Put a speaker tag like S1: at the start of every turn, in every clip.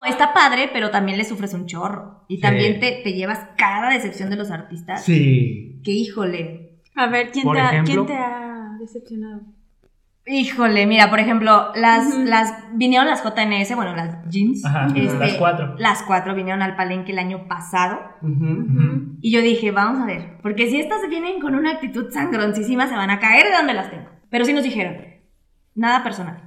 S1: Pues Está padre, pero también le sufres un chorro. Y también te, te llevas cada decepción de los artistas.
S2: Sí.
S1: Que híjole.
S3: A ver, ¿quién,
S2: Por
S3: te, ha-
S2: ejemplo.
S3: ¿quién te ha decepcionado?
S1: Híjole, mira, por ejemplo, las,
S3: Ujú.
S1: las vinieron las JNS, bueno, las jeans.
S2: Ajá,
S1: este,
S2: las cuatro.
S1: Las cuatro vinieron al palenque el año pasado.
S4: Ujú.
S2: Ujú.
S1: Y yo dije, vamos a ver, porque si estas vienen con una actitud sangroncísima, se van a caer de donde las tengo. Pero sí nos dijeron, nada personal.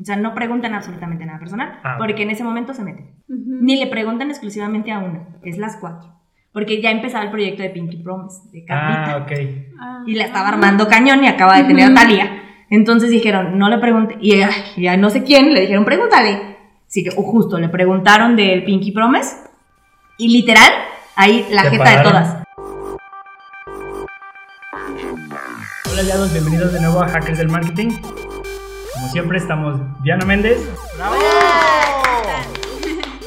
S1: O sea, no preguntan absolutamente nada personal,
S2: Ah, ok.
S1: porque en ese momento se meten.
S3: Ujú.
S1: Ni le preguntan exclusivamente a una, que es las cuatro. Porque ya empezaba el proyecto de Pinky Promise, de Carlita.
S2: Ah, ok.
S3: Ah.
S1: Y la estaba armando cañón y acaba de tener a
S3: Ujú.
S1: Talía. Entonces dijeron, no le pregunte. Y, ay, y a no sé quién le dijeron, pregúntale. Así que, o justo, le preguntaron del Pinky Promise. Y literal, ahí la
S2: Te
S1: jeta de
S2: pararon.
S1: todas.
S2: Hola, Yados, bienvenidos de nuevo a Hackers del Marketing. Como siempre, estamos Diana Méndez.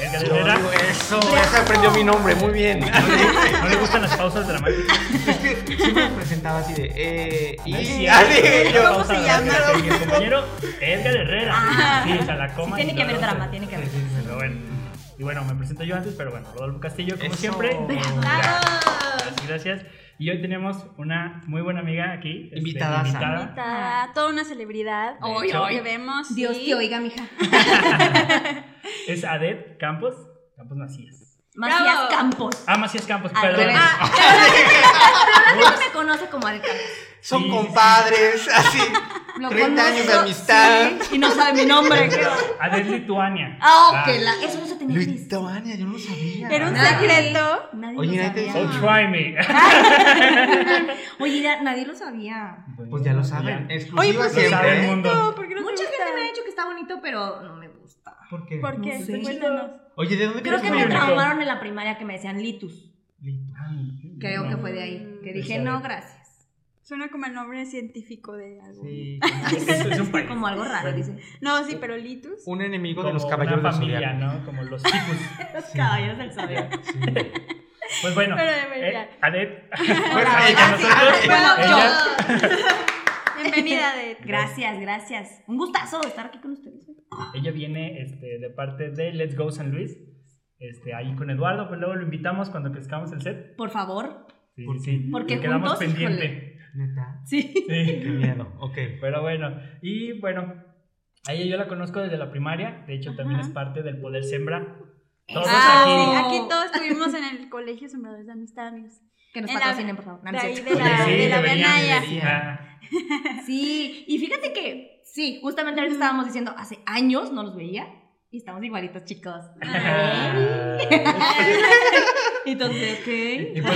S2: Edgar
S4: Yo
S2: Herrera.
S4: digo, Eso, ya se aprendió mi nombre, muy bien.
S2: No le gustan las pausas dramáticas.
S4: Es que siempre me presentaba así de. Eh, y.
S2: No es cierto.
S4: Ah, sí, yo-
S2: Pausa
S3: se
S2: dramática.
S3: llama?
S2: Mi compañero Edgar Herrera.
S1: Ah.
S2: Sí, o sea, la
S1: Sí,
S2: coma.
S1: tiene
S2: y
S1: que haber
S2: todo,
S1: drama,
S2: o sea,
S1: tiene que
S2: sí,
S1: haber.
S2: sí, sí, pero bueno. Y bueno, me presento yo antes, pero bueno, Rodolfo Castillo, como
S4: Eso.
S2: siempre.
S4: Bravo.
S2: Gracias, gracias. Y hoy tenemos una muy buena amiga aquí. este,
S4: Invitadaza.
S2: invitada.
S3: Invitada, Toda una celebridad.
S4: De Hoy, hecho. hoy.
S3: Que vemos. sí.
S1: mija.
S2: Es Adet Campos. Campos Macías.
S1: Macías
S3: Bravo.
S1: Campos.
S2: Ah, Macías Campos,
S1: Al
S2: perdón.
S1: revés.
S3: Ah,
S1: Uno me conoce como Adel Campos.
S4: Son
S2: Sí.
S4: compadres, así.
S1: Lo
S4: 30 años de
S1: conozco,
S4: amistad.
S1: sí, y no sabe mi nombre. qué va.
S2: Adet Lituania.
S1: Ah, ok, la- eso no se tenía que decir.
S4: Lituania, yo no lo sabía.
S3: Era un
S1: Nadie.
S3: secreto.
S1: Nadie
S4: Oye,
S1: lo
S4: nadie te
S1: sabía.
S2: Oh, try me.
S1: Oye, na- nadie lo sabía.
S4: Pues ya lo saben.
S2: Ya.
S3: Oye,
S4: Exclusiva
S3: pues
S2: Lo sabe el
S4: siempre. ¿eh?
S2: mundo.
S3: ¿Por qué no te
S1: Mucha
S3: gusta?
S1: gente me ha dicho que está bonito, pero no me gusta.
S4: ¿Por qué?
S3: ¿Por qué?
S1: No sé.
S3: Cuéntanos.
S4: Oye, ¿de dónde
S1: Creo
S4: crees
S1: que
S2: muy
S1: me
S2: bonito.
S1: traumaron en la primaria que me decían litus. Creo que
S2: No.
S1: fue de ahí. Que
S2: Mm,
S1: dije,
S2: está
S1: no,
S2: bien.
S1: gracias.
S3: Suena como el nombre científico de algo.
S4: Sí.
S2: Es, es un país.
S1: Como algo raro, dice.
S3: No, sí, pero Litus.
S4: Un enemigo
S2: Como
S4: de los caballeros
S2: una
S4: de
S2: familia,
S4: Zodiaco.
S2: ¿no? Como los tipos.
S1: Los caballeros del saber.
S4: Sí.
S2: Pues bueno.
S3: Pero de verdad.
S2: eh, Adet.
S4: Bueno,
S2: aquí con nosotros.
S3: Bueno,
S2: Ella-
S3: Bienvenida de.
S1: Gracias, gracias. Un gustazo estar aquí con ustedes.
S2: Ella viene este, de parte de Let's Go San Luis. Este, ahí con Eduardo, pues luego lo invitamos cuando crezcamos el set.
S1: Por favor.
S2: Sí,
S4: ¿Por
S2: sí,
S4: qué?
S2: sí.
S1: Porque
S2: quedamos
S1: juntos,
S2: pendiente.
S4: Neta.
S1: Sí.
S2: Sí.
S4: Qué miedo. Ok.
S2: Pero bueno, y bueno, a ella yo la conozco desde la primaria, de hecho también
S1: Ajá.
S2: es parte del Poder Sembra. Todos
S3: Ah,
S1: aquí.
S3: sí, aquí todos estuvimos en el colegio Sembradores de Amistad, amigos.
S1: Que nos
S3: En la-
S1: patrocinen, por favor. No,
S3: de
S1: no es
S3: ahí
S1: cierto.
S3: de
S2: aquí.
S3: la,
S2: Sí,
S3: de la
S2: deberían,
S3: Bienaya.
S2: deberían. Ah,
S1: Sí. Y fíjate que, sí, justamente ahorita estábamos diciendo, hace años no los veía. Y estamos igualitos, chicos.
S4: Ah.
S2: Ah,
S1: Entonces,
S4: Y
S1: ¿qué?
S4: pues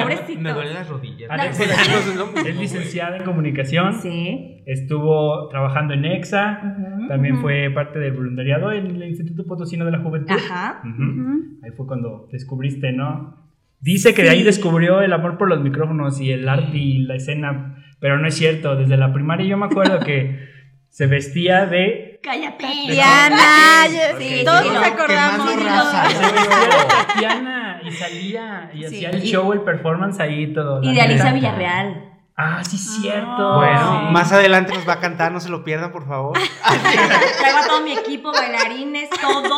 S1: Pobrecito.
S4: Me duelen las rodillas.
S2: Ah,
S4: Por aquí los nombres,
S2: Es
S4: ¿no,
S2: licenciada en comunicación,
S1: Sí.
S2: estuvo trabajando en EXA,
S1: Ujú.
S2: también
S3: Ujú.
S2: fue parte del voluntariado en el Instituto Potosino de la Juventud.
S1: Ajá.
S2: Ujú.
S3: Ah. Ujú.
S2: Ahí fue cuando descubriste, ¿no? Dice que de ahí descubrió el amor por los micrófonos y el arte y la escena, pero no es cierto. Desde la primaria yo me acuerdo que se vestía de...
S1: Cállate.
S3: Diana, yo-
S1: Sí,
S3: todos
S1: sí,
S3: nos
S1: no,
S3: acordamos.
S4: quemando
S3: ¿no?
S4: raza.
S2: Se vestía de Tatiana y salía y
S1: Sí.
S2: hacía el show, el performance ahí y todo. la
S1: Y de Alicia
S2: neta.
S1: Villarreal.
S2: Ah, sí, cierto.
S3: Ah.
S4: Bueno,
S2: Sí.
S4: más adelante nos va a cantar, no se lo pierdan, por favor.
S1: Traigo a todo mi equipo, bailarines, todo.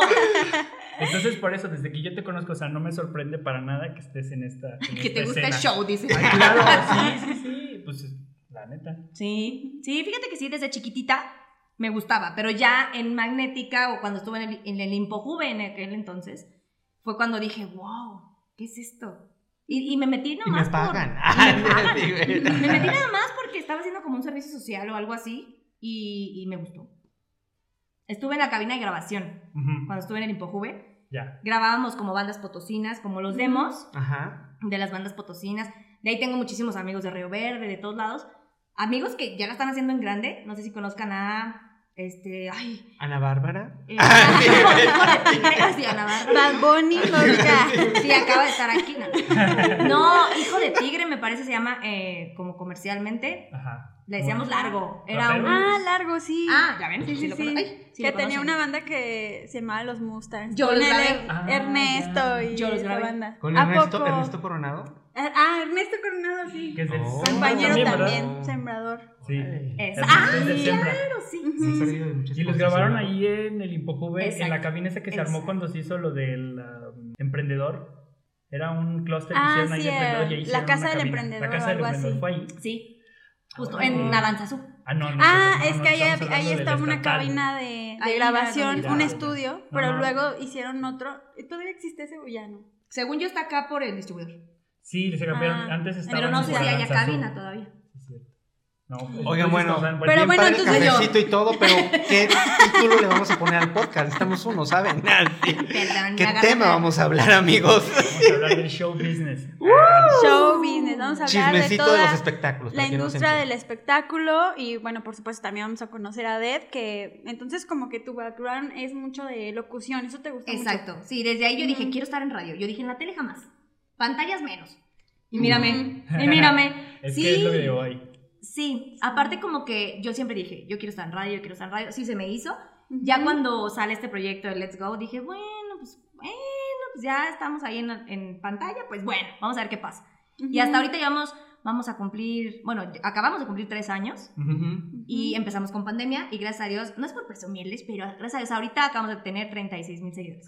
S2: Entonces, por eso, desde que yo te conozco, o sea, no me sorprende para nada que estés en esta. en
S1: Que
S4: Este,
S1: te
S2: esta
S1: gusta el
S2: escena.
S1: show, dice.
S2: Ah, claro, sí, sí, sí. Pues, la neta.
S1: Sí. Sí, fíjate que sí, desde chiquitita me gustaba. Pero ya en Magnética o cuando estuve en el, en el Impo Juve en aquel entonces, fue cuando dije, wow, ¿qué es esto? Y, y me metí
S4: Y me
S3: Ah,
S1: nomás por-
S4: pagan. Ah, Sí, güey.
S1: Me metí nada más porque estaba haciendo como un servicio social o algo así y, y me gustó. Estuve en la cabina de grabación
S2: Ujú,
S1: cuando estuve en el Impojuve.
S2: Ya.
S1: Grabábamos como bandas potosinas, como los demos
S4: Ajá.
S1: de las bandas potosinas. De ahí tengo muchísimos amigos de Río Verde, de todos lados. Amigos que ya la están haciendo en grande. No sé si conozcan a. Este. Ay.
S4: Ana Bárbara.
S1: eh, así, a la barra.
S3: Bad Bunny, lo ubica.
S1: Sí, acaba de estar aquí. No, No, Hijo de Tigre me parece se llama eh, como comercialmente.
S2: Ajá.
S1: Le decíamos largo. Era
S2: Rapero.
S1: un.
S3: Ah, largo, sí.
S1: Ah, ya ven.
S3: Sí,
S1: sí
S3: sí,
S1: lo
S3: sí.
S1: cono- ay, sí
S3: que
S1: lo
S3: tenía
S1: conocen.
S3: una banda que se llamaba Los Mustangs.
S1: Yo
S3: con
S1: los
S3: el
S1: grabé.
S3: Er-
S2: Ah,
S3: Ernesto
S2: ya.
S3: y
S1: Yo los
S3: esa
S1: grabé.
S3: banda.
S4: ¿Con
S3: ¿A
S4: Ernesto,
S3: poco?
S4: Ernesto Coronado?
S3: Er- Ah, Ernesto Coronado, sí.
S2: Que es del
S4: Oh.
S3: Compañero
S2: Sembra
S3: también,
S4: ¿verdad?
S3: sembrador.
S2: Sí.
S3: Eh.
S1: Es-
S2: Es-
S1: ah,
S2: es del Sembra.
S1: Claro, sí.
S4: Me he
S3: Ujú.
S4: Eh, perdido de muchas
S2: Y los
S4: cosas,
S2: grabaron
S4: ¿verdad?
S2: ahí en el Infojuve, en la
S1: Exacto.
S2: cabina esa que se armó
S1: Exacto.
S2: cuando se hizo lo del um, emprendedor. Era un clúster que
S3: Ah,
S2: hicieron ahí
S3: sí,
S2: de emprendedor y ahí
S3: el-
S2: hicieron
S3: la casa
S2: una
S3: del
S2: cabina.
S3: emprendedor
S2: La casa
S3: o
S2: del
S3: algo
S2: emprendedor
S3: así.
S2: fue ahí.
S1: Sí. Justo
S2: Ay.
S1: en Aranzazú.
S2: Ah, no, no,
S3: Ah,
S2: no,
S3: es
S2: no,
S3: que ahí,
S2: estamos
S3: hab- ahí
S2: hablando del
S3: estaba una
S2: estatal.
S3: cabina de, de
S1: Ahí era
S3: grabación,
S1: donde
S3: un
S2: grababa.
S3: estudio, pero
S2: Ajá.
S3: luego hicieron otro. ¿Y ¿Todavía existe ese bullano?
S1: Según yo está acá por el distribuidor.
S2: Sí, se cambiaron.
S3: Ah,
S2: Antes estaba.
S1: Pero no
S2: en
S1: sé si haya
S2: Guadalajara.
S1: cabina todavía.
S2: Sí, cierto. No, pues,
S4: Oigan,
S2: entonces,
S4: bueno,
S2: o sea,
S3: Pero
S4: bien
S3: bueno,
S4: padre el
S3: entonces yo-
S4: cafecito y todo, pero ¿qué título le vamos a poner al podcast? Estamos uno, ¿saben?
S1: Perdón, me
S4: ¿Qué
S1: agarré
S4: tema
S1: mal.
S4: vamos a hablar, amigos?
S2: Vamos a hablar del show business.
S3: Show business, vamos a hablar de
S4: Chismecito de, los
S3: toda
S4: espectáculos.
S3: la
S4: para que no se
S3: industria
S4: entere.
S3: del espectáculo y bueno, por supuesto también vamos a conocer a Deb, que entonces como que tu background es mucho de locución, eso te gusta mucho.
S1: Exacto. Sí, desde ahí yo dije,
S3: Ujú.
S1: quiero estar en radio. Yo dije, en la tele jamás. Pantallas menos. Y mírame,
S2: Ujú.
S1: y mírame.
S2: Es
S1: sí,
S2: que es lo de hoy.
S1: sí. Aparte como que yo siempre dije, yo quiero estar en radio, yo quiero estar en radio. Sí, se me hizo.
S3: Ujú.
S1: Ya cuando sale este proyecto de Let's Go, dije, bueno, pues bueno, pues ya estamos ahí en, la- en pantalla, pues bueno, vamos a ver qué pasa.
S3: Ujú.
S1: Y hasta ahorita llevamos, vamos a cumplir, bueno, acabamos de cumplir tres años
S2: Ujú.
S3: Ujú.
S1: y empezamos con pandemia y gracias a Dios, no es por presumirles, pero gracias a Dios ahorita acabamos de tener 36 mil seguidores.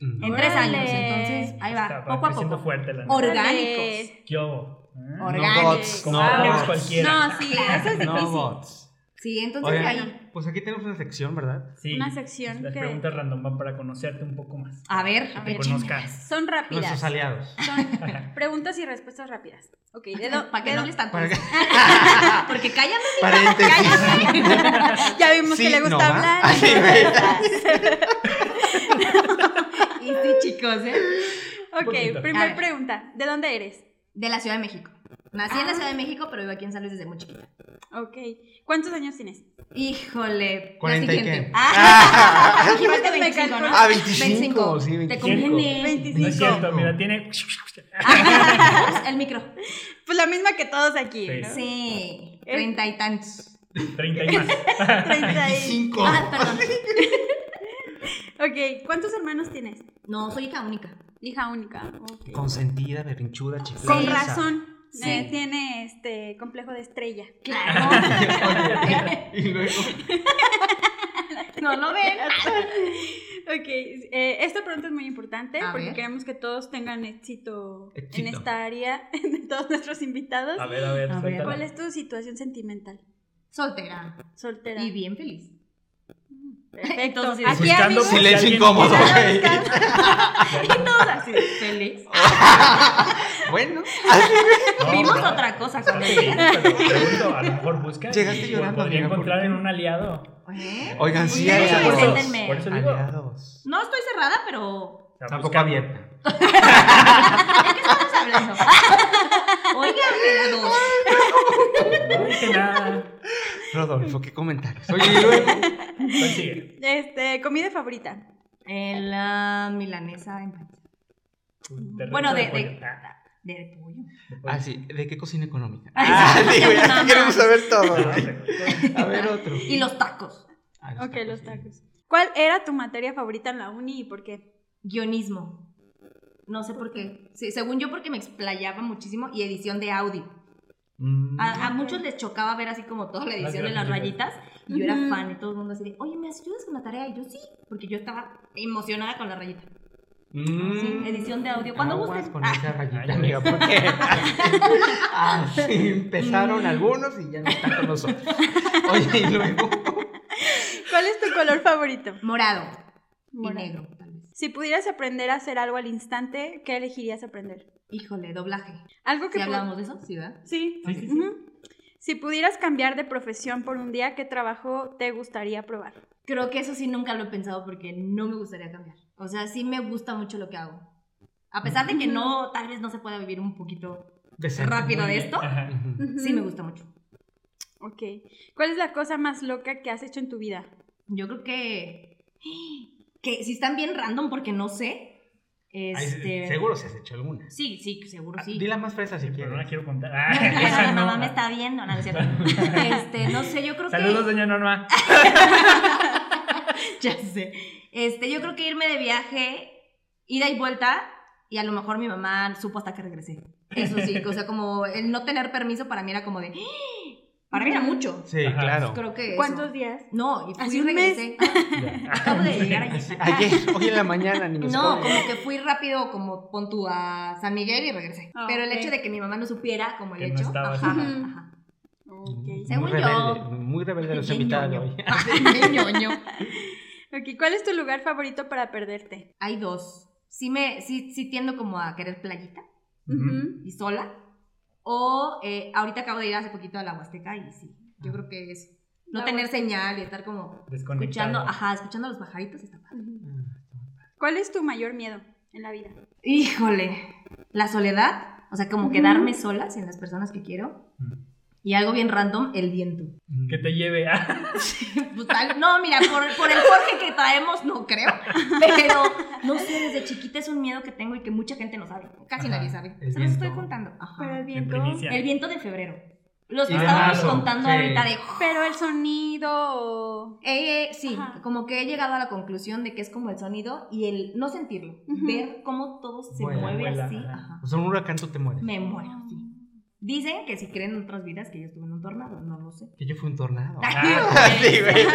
S4: Mm.
S1: En tres
S3: Órale.
S1: años, entonces ahí va,
S2: Está
S1: poco a
S2: creciendo
S1: poco.
S2: fuerte la
S1: Orgánicos.
S3: Dale.
S2: ¿Qué hubo? ¿Eh?
S1: Orgánicos.
S4: bots,
S2: Como
S4: no
S2: hablamos
S4: bots.
S2: cualquiera.
S3: No, sí, eso es
S4: No
S3: difícil.
S4: bots.
S1: Sí, entonces
S4: Oigan,
S1: ahí.
S4: Pues aquí tenemos una sección, ¿verdad?
S2: Sí,
S3: Una sección
S2: Las
S3: que-
S2: preguntas random van para conocerte un poco más.
S1: A ver,
S2: Que
S1: a
S2: te
S1: ver,
S2: conozcas.
S3: Son rápidas.
S4: Nuestros aliados.
S3: Son preguntas y respuestas rápidas. Ok, ¿de dó-
S1: ¿Para qué
S3: de dó-
S1: dobles tanto?
S4: Para-
S1: Porque cállame.
S4: Paréntesis.
S3: Ya vimos
S4: Sí,
S3: que le gusta
S4: no, ¿va?
S3: hablar.
S4: Ay,
S1: Y sí, chicos, ¿eh?
S3: ok,
S2: poquito.
S1: A
S3: primera
S1: ver.
S3: pregunta. ¿De dónde eres?
S1: De la Ciudad de México. Nací en la
S3: Ah.
S1: Ciudad de México, pero vivo aquí en San Luis desde muy chiquita.
S3: Ok. ¿Cuántos años tienes?
S1: Híjole. la
S4: 40 y
S1: siguiente.
S4: qué.
S1: Ah, dijiste
S3: Me
S1: 25, ¿no?
S3: calculó.
S4: Ah, 25, sí,
S1: Te
S4: 25.
S1: conviene.
S3: 25.
S2: No es cierto,
S4: Cinco.
S2: mira, tiene.
S1: Ah, el micro.
S3: Pues la misma que todos aquí,
S2: Sí.
S3: ¿no?
S1: Sí, treinta y tantos.
S2: 30 y más.
S3: 30 y-
S4: 25.
S1: Ah, perdón.
S3: Ok, ¿cuántos hermanos tienes?
S1: No, soy hija única.
S3: Hija única. ok.
S4: Consentida, berrinchuda, chiflada.
S3: Con
S1: Sí.
S3: razón.
S1: Sí.
S3: eh, tiene este complejo de estrella.
S1: Claro.
S4: Y luego,
S1: No lo ven.
S3: ok, eh, esta pregunta es muy importante
S1: A
S3: porque
S1: ver.
S3: queremos que todos tengan éxito,
S4: Éxito.
S3: en esta área de todos nuestros invitados.
S2: A ver, a ver,
S1: A ver,
S2: suéltala.
S3: ¿Cuál es tu situación sentimental?
S1: Soltera.
S3: Soltera.
S1: Y bien feliz.
S3: Perfecto.
S1: Entonces,
S3: Aquí
S2: Buscando
S3: amigos,
S2: por si
S4: Silencio
S2: alguien-
S4: incómodo.
S3: ya
S4: güey.
S3: buscamos.
S1: Todos así. Feliz.
S4: Bueno,
S2: No,
S1: Vimos
S2: no.
S1: otra cosa
S2: Sí,
S1: con ella.
S2: pero pregunto, a lo mejor busca.
S4: Llegaste
S2: y
S4: llorando,
S2: Podría
S4: amiga, ¿por
S2: encontrar
S4: qué?
S2: en un aliado.
S1: ¿Eh?
S4: oigan, sí,
S1: Sí,
S4: aliados.
S1: preséntenme.
S2: Por eso digo.
S4: Aliados.
S1: No estoy cerrada, pero.
S2: o sea,
S4: Tampoco
S2: busca-
S4: abierta.
S1: ¿De qué estamos hablando? Oigan, pelados.
S2: No dije nada.
S4: Rodolfo, ¿qué comentarios? Oye, y luego.
S2: ¿Cuál sigue?
S3: Este, comida favorita.
S1: En Eh, la milanesa en pan.
S2: De
S1: Bueno, de,
S2: resto
S1: de,
S2: pollo. Ah,
S1: de pollo.
S2: de pollo.
S4: Ah, sí, ¿de qué cocina económica?
S1: Ah,
S4: Ah,
S1: sí,
S4: sí, güey,
S1: nada más.
S4: queremos saber todo.
S2: Ah, de-
S4: A ver, otro.
S1: Y los tacos.
S4: Ah,
S3: Ok, los
S4: sí.
S3: tacos. ¿Cuál era tu materia favorita en la uni y por qué?
S1: Guionismo. No sé por qué. Sí, según yo, porque me explayaba muchísimo. Y edición de audio.
S4: Mm.
S1: A, a
S3: Ok.
S1: muchos les chocaba ver así como toda la
S2: Las
S1: edición de las
S2: grafiquitas.
S1: rayitas. Y yo era
S3: Ujú.
S1: fan y todo el mundo así de, oye, ¿me ayudas con la tarea? Y yo sí, porque yo estaba emocionada con la rayita.
S4: Mm.
S1: Sí, edición de audio. Cuando
S4: Aguas
S1: gustes.
S4: con
S1: Ah,
S4: esa
S2: Ay,
S4: rayita, amiga, porque así
S1: Mm.
S4: empezaron algunos y ya no están con nosotros. Oye, y luego.
S3: ¿Cuál es tu color favorito?
S1: morado
S3: Morado.
S1: y negro, tal vez.
S3: Si pudieras aprender a hacer algo al instante, ¿qué elegirías aprender?
S1: Híjole, doblaje.
S3: Algo que
S1: ¿Sí
S3: pu-
S1: hablábamos de eso? Sí, ¿verdad?
S3: Sí.
S2: Sí, sí, sí.
S3: Ujú. Si pudieras cambiar de profesión por un día, ¿qué trabajo te gustaría probar?
S1: Creo que eso sí nunca lo he pensado porque no me gustaría cambiar. O sea, sí me gusta mucho lo que hago. A pesar de que no, tal vez no se pueda vivir un poquito
S4: decente.
S1: rápido de esto,
S2: Ajá.
S4: Ujú.
S1: sí me gusta mucho.
S3: Ok. ¿Cuál es la cosa más loca que has hecho en tu vida?
S1: Yo creo que. Que si están bien random porque no sé.
S4: Ay,
S1: Este,
S4: Seguro Ah, si has hecho alguna.
S1: Sí, sí, seguro sí.
S4: Dila más fresa si
S2: Pero no la
S4: quieres.
S2: quiero contar. Ah,
S1: Pero
S2: esa
S1: mi
S2: no.
S1: mamá me está viendo, no, no es cierto. Este, no sé, yo creo
S2: Saludos,
S1: que.
S2: doña Norma.
S1: Ya sé. Este, yo creo que irme de viaje, ida y vuelta, y a lo mejor mi mamá supo hasta que regresé. Eso sí, o sea, como el no tener permiso para mí era como de. ¡Ah! Para mí era mucho.
S4: Sí,
S2: Ajá.
S4: claro.
S1: Creo que. eso.
S3: ¿Cuántos días?
S1: No, y fui
S3: Así
S1: y
S3: un mes. Ah,
S1: regresé. Acabo de llegar ayer.
S4: Ayer, hoy en la mañana, ni me
S1: No,
S4: acuerdo.
S1: como que fui rápido, como pon tú a San Miguel y regresé.
S3: Ah,
S1: Pero el
S3: ok.
S1: hecho de que mi mamá no supiera, como el
S2: Que no
S1: hecho.
S2: estabas.
S1: ajá,
S3: Ujú.
S1: ajá.
S3: Ok.
S1: Según
S4: muy
S1: yo.
S4: rebelde, Muy rebelde los
S1: Bien
S4: invitados de
S1: ñoño.
S4: hoy.
S1: Bien ñoño.
S3: Ok, ¿cuál es tu lugar favorito para perderte?
S1: Hay dos. Sí, me, sí, sí tiendo como a querer playita
S2: Ujú.
S1: y sola. O eh, ahorita acabo de ir hace poquito a la Huasteca y sí, yo creo que es no
S3: La
S1: tener
S3: Huasteca.
S1: señal y estar como escuchando,
S2: Desconectado.
S1: ajá, escuchando a los pajaritos. Está padre.
S3: Ujú. ¿Cuál es tu mayor miedo en la vida?
S1: Híjole, la soledad, o sea, como
S3: Ujú.
S1: quedarme sola sin las personas que quiero.
S2: Ujú.
S1: Y algo bien random, el viento.
S2: Mm. Que te lleve a.
S1: Pues, tal- no, mira, por, por el Jorge que traemos no creo, pero no sé, desde chiquita es un miedo que tengo y que mucha gente no sabe, casi
S4: Ajá,
S1: nadie sabe.
S4: el
S1: Se los estoy
S4: viento.
S1: contando. Ajá.
S3: el
S2: En primicia.
S1: El viento de febrero. Los
S4: Y
S1: que
S4: de
S1: estábamos
S4: marzo,
S1: contando
S4: sí.
S1: ahorita de...
S3: Pero el sonido o-
S1: Eh, eh, sí,
S3: Ajá.
S1: como que he llegado a la conclusión de que es como el sonido y el no sentirlo,
S3: Ujú.
S1: ver cómo todo se
S4: Vuela,
S1: mueve
S2: vuela,
S1: así.
S2: ajá.
S1: ajá.
S4: O sea, un huracán tú te mueres.
S1: Me muero, sí. Dicen que si creen en otras vidas que yo estuve en un tornado, no lo sé.
S4: Que yo fui un tornado.
S2: Ah,
S4: Sí, güey.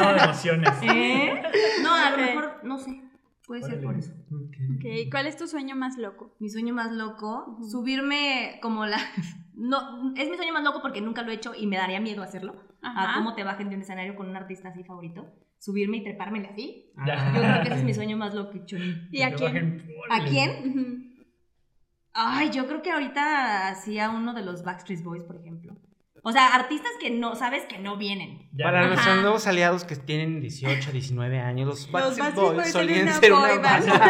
S2: no, de emociones.
S1: ¿Eh? No, a lo
S3: Ok.
S1: mejor, no sé, puede ser por
S2: Órale.
S1: eso.
S4: Ok.
S3: Ok, ¿Cuál es tu sueño más loco?
S1: Mi sueño más loco,
S3: Ujú.
S1: subirme como la... No, es mi sueño más loco porque nunca lo he hecho y me daría miedo hacerlo. A Ah, cómo te bajen de un escenario con un artista así favorito. Subirme y trepármele así.
S2: Ya.
S1: Yo creo que ese
S4: ok.
S1: es mi sueño más loco, Choni.
S3: ¿Y a
S2: Que
S3: quién?
S2: bajen-
S1: ¿A quién?
S3: Ujú.
S1: Ay, yo creo que ahorita hacía uno de los Backstreet Boys, por ejemplo. O sea, artistas que no, sabes que no vienen.
S2: Ya.
S4: Para
S3: Ajá.
S4: nuestros nuevos aliados que tienen 18, 19 años, los Backstreet
S3: Backstreet
S4: Boys
S3: Boys
S4: solían
S3: eran una
S4: ser una
S3: boy band.
S4: banda.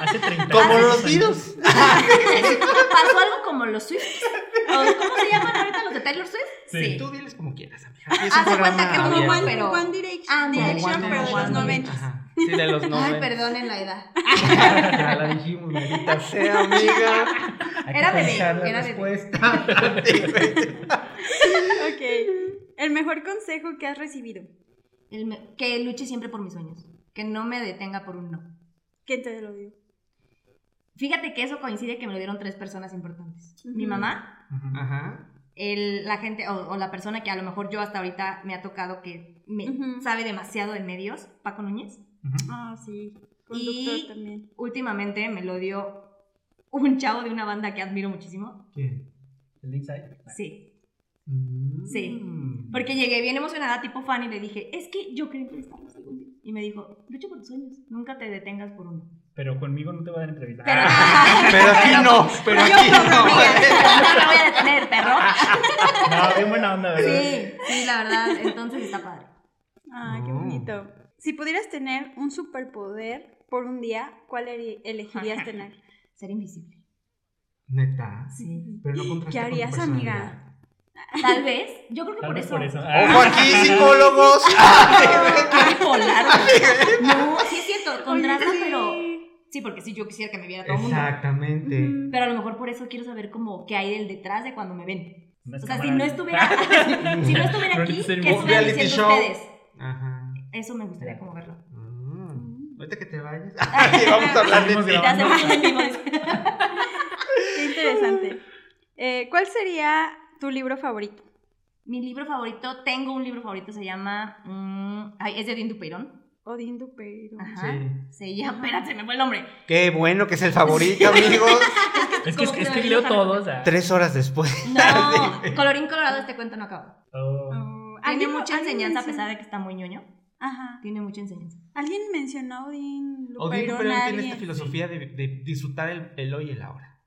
S2: Hace 30
S4: Como
S2: años.
S4: los Beatles.
S1: Pasó algo como los Swift. ¿O ¿Cómo se llaman ahorita los de Taylor Swift?
S2: Sí.
S4: Tú diles como quieras, amiga. Aquí Es
S1: Haz
S4: un
S1: de cuenta
S4: programa
S1: que como
S3: Como
S1: Juan-
S4: abierto.
S3: One,
S1: pero-
S3: One Direction,
S1: Ah, no, One
S3: Direction, pero de los
S1: Direction.
S3: noventas.
S4: Ajá, Sí, de los 90.
S1: Ay, perdonen la edad.
S4: Ya la dijimos, maldita sea, amiga. Hay que
S1: Era bebé,
S4: pensar la
S1: era bebé.
S4: respuesta.
S3: Ok. El mejor consejo que has recibido.
S1: El me- que luche siempre por mis sueños. Que no me detenga por un no.
S3: ¿Quién te lo dio?
S1: Fíjate que eso coincide que me lo dieron tres personas importantes. Mi
S3: Ujú.
S1: mamá,
S2: Ujú.
S4: Ajá.
S1: el, la gente o, o la persona que a lo mejor yo hasta ahorita me ha tocado que me
S3: Ujú.
S1: sabe demasiado de medios, Paco Núñez.
S2: Ujú.
S3: Ah, sí. Conductor
S1: Y-
S3: también.
S1: Últimamente me lo dio un chavo de una banda que admiro muchísimo.
S4: ¿Quién?
S2: El inside.
S1: Sí.
S4: Mm.
S1: Sí. Porque llegué bien emocionada, tipo fan, y le dije, es que yo creo que estamos algún día. Y me dijo, lucha por tus sueños, nunca te detengas por uno.
S2: Pero conmigo no te va a dar entrevista.
S1: Pero,
S4: Pero aquí no, Ah, pero
S1: yo
S4: aquí
S1: no,
S4: no.
S1: amiga, no me voy a detener, perro.
S2: Ah, No, bien buena onda, ¿verdad?
S1: Sí, sí, la verdad, entonces está padre.
S3: Ah, qué
S4: No.
S3: bonito. Si pudieras tener un superpoder por un día, ¿cuál eri- elegirías tener?
S1: Ser invisible.
S4: Neta.
S1: Sí.
S4: Pero no contrasta
S3: ¿Qué
S4: con tu
S3: harías, amiga?
S4: personalidad.
S1: Tal vez, yo creo que
S2: Tal
S1: por,
S2: vez
S1: eso.
S2: por eso. Ah,
S4: Ojo aquí, psicólogos.
S1: Qué polar. No, sí es cierto, contrasta,
S3: Oye, sí.
S1: pero. Sí, porque sí, yo quisiera que me viera todo el mundo.
S4: Exactamente.
S3: Ujú.
S1: Pero a lo mejor por eso quiero saber como qué hay del detrás de cuando me ven.
S2: Unas
S1: O sea, si
S2: cámaras.
S1: no estuviera, si no estuviera aquí,
S2: Reality
S1: ¿qué estuvieran
S4: reality
S1: diciendo
S4: show.
S1: ustedes?
S4: Ajá.
S1: Eso me gustaría como verlo.
S4: Mm. Ahorita que te vayas. Sí, vamos a hablar de
S2: Seguimos
S4: ti.
S1: Ya se
S2: grabando.
S1: me en vivo.
S3: Qué interesante. Eh, ¿Cuál sería tu libro favorito?
S1: Mi libro favorito, tengo un libro favorito, se llama. mm, ay, es de Odín Dupeirón.
S3: Odín Dupeiro.
S4: Ah.
S1: Ajá.
S4: Sí.
S1: Se llama. Espérate, me fue el nombre.
S4: Qué bueno que es el favorito, amigos.
S2: Es que,
S1: Como que
S2: es
S1: se
S2: que
S1: me
S2: leo
S1: enoja.
S2: todos. ah.
S4: Tres horas después. Ah,
S1: No, colorín colorado, este cuento no acaba.
S2: Oh.
S3: Oh,
S1: Tiene
S3: ¿alguien-
S4: ah,
S1: mucha
S3: alguien
S1: enseñanza, a
S3: mencionó-
S1: pesar de que está muy ñoño.
S3: Ajá.
S1: Tiene mucha enseñanza.
S3: Alguien mencionó a Odín
S4: Odín
S3: Dupeiro.
S4: Dupeirón tiene este
S3: alguien.
S4: esta filosofía de, de disfrutar el, el hoy y el ahora.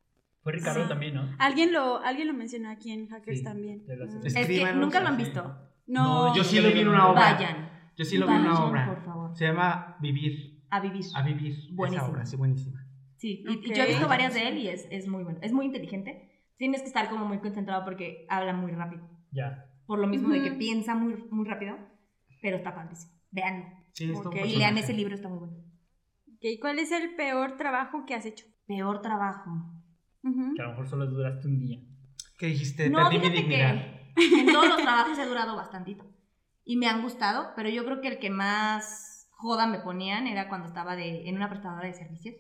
S2: Fue Ricardo
S3: Sí.
S2: también, ¿no?
S3: Alguien lo, alguien lo mencionó aquí en Hackers
S2: Sí,
S3: también.
S2: ya lo sé.
S3: Ah.
S4: Es-
S1: Es que
S4: Escríbanos,
S1: nunca lo han
S4: así.
S1: visto.
S3: No,
S2: No,
S4: Yo sí
S2: Yo
S4: le
S2: lo
S4: vi
S2: vi
S4: en
S2: en
S4: una
S2: una
S4: obra.
S1: Vayan.
S4: Yo sí lo vi en
S1: Vayan,
S4: una
S1: por
S4: obra.
S1: favor.
S4: Se llama Vivir.
S1: A vivir.
S4: A vivir.
S1: Buenísimo.
S4: Esa obra, sí, buenísima.
S1: Sí, y- y
S3: Ok.
S1: yo he visto varias de él y es, es muy bueno. Es muy inteligente. Tienes que estar como muy concentrado porque habla muy rápido.
S2: Ya.
S1: Por lo mismo de que
S3: Ujú.
S1: piensa muy, muy rápido, pero está padrísimo. Veanlo.
S4: Sí, es todo
S3: Ok.
S4: un
S1: Y lean
S4: personaje.
S1: ese libro, está muy bueno.
S3: Ok, ¿Cuál es el peor trabajo que has hecho?
S1: Peor trabajo.
S3: Ujú.
S2: Que a lo mejor solo duraste un día.
S4: ¿Qué dijiste?
S1: No,
S4: Perdí mi
S1: fíjate
S4: dignidad.
S1: que en todos los trabajos he durado bastantito. Y me han gustado, pero yo creo que el que más joda me ponían era cuando estaba de, en una prestadora de servicios.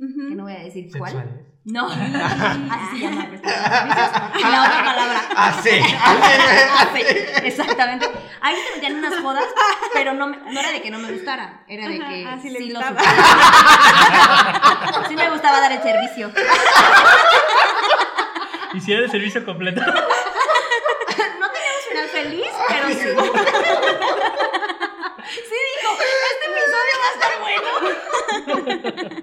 S3: Ujú.
S1: Que no voy a decir cuál.
S4: ¿Sexuales?
S1: No, así se llama prestadora de servicios. Y La otra palabra.
S4: Ah, sí.
S1: Ah, sí, exactamente. Ahí se metían unas jodas, pero no, me- no era de que no me gustara, era de que
S3: Ajá, ah, sí
S1: sí,
S3: le
S1: lo
S3: gustaba.
S1: supiera. Sí me gustaba dar el servicio.
S2: Hiciera el servicio completo.
S1: No teníamos final feliz, pero sí. Sí dijo, este episodio va a estar bueno.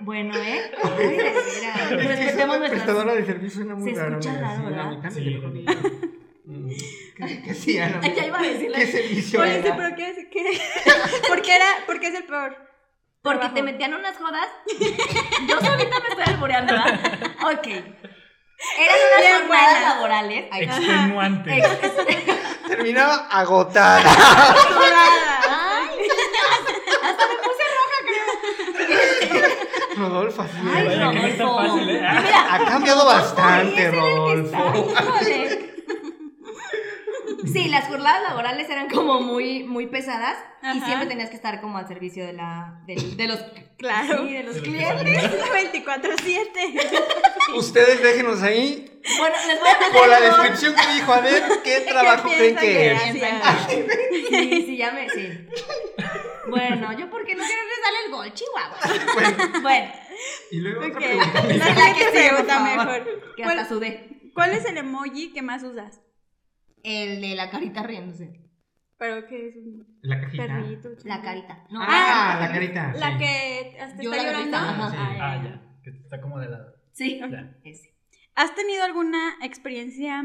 S1: Bueno, ¿eh? Ay, de veras.
S4: Es que
S1: Respetemos
S4: ser
S1: nuestras...
S4: prestadora de servicio es una muy
S1: Se
S4: rara.
S1: escucha
S4: mira,
S1: raro,
S4: sí,
S1: ¿verdad?
S4: a mí también
S2: Sí.
S4: me lo digo. Mm. ¿Qué- qué sí, Ana?
S1: Ay, ya iba a decirle.
S4: ¿Qué servicio
S3: ¿Cuál es el
S4: era?
S3: peor que es? ¿Qué? ¿Por qué era? ¿Por qué es el peor?
S1: Porque te metían unas jodas. Yo solita me estoy alboreando, ¿verdad? Ok. Eran unas jornadas
S3: Bien, buena.
S1: laborales. Ay,
S2: Extenuante.
S4: Terminaba agotada.
S1: Ay, niñas, hasta me puse roja, creo.
S4: Rodolfo, así
S1: Ay,
S4: era.
S2: Vaya, que no es tan
S1: Rodolfo.
S2: fácil, ¿eh?
S4: Ha cambiado bastante, Rodolfo.
S1: Híjole. Sí, las jornadas laborales eran como muy, muy pesadas y
S3: Ajá.
S1: siempre tenías que estar como al servicio de la, del- de los,
S3: Claro.
S1: sí, de los
S2: De los
S1: clientes.
S3: 24-7.
S4: Ustedes déjenos ahí
S1: Bueno, les voy a contar
S4: por la
S1: algo.
S4: descripción que dijo Anet, ¿qué trabajo creen
S3: piensan
S4: que es?
S3: era?
S1: Exacto. Sí, sí, ya me, sí. Bueno, yo porque no quiero que sale el gol, Chihuahua. Bueno,
S4: Y luego otra
S3: Ok.
S1: la
S4: pregunta.
S3: La
S1: que sigue,
S3: siguiente
S1: por
S3: pregunta
S1: favor.
S3: mejor.
S1: que
S3: ¿Cuál,
S1: hasta sudé.
S3: cuál es el emoji que más usas?
S1: El de la carita riéndose.
S3: Pero que es un
S4: La cajita.
S3: perrito.
S1: La carita. No,
S4: Ah, la carita.
S3: La
S4: sí.
S3: que hasta
S1: Yo
S3: está
S1: la
S3: llorando.
S1: grita,
S4: ajá.
S3: Ah, ya,
S2: Ah,
S3: ya.
S2: ya. Que está como de lado.
S1: Sí,
S2: Ya.
S1: ese.
S3: ¿Has tenido alguna experiencia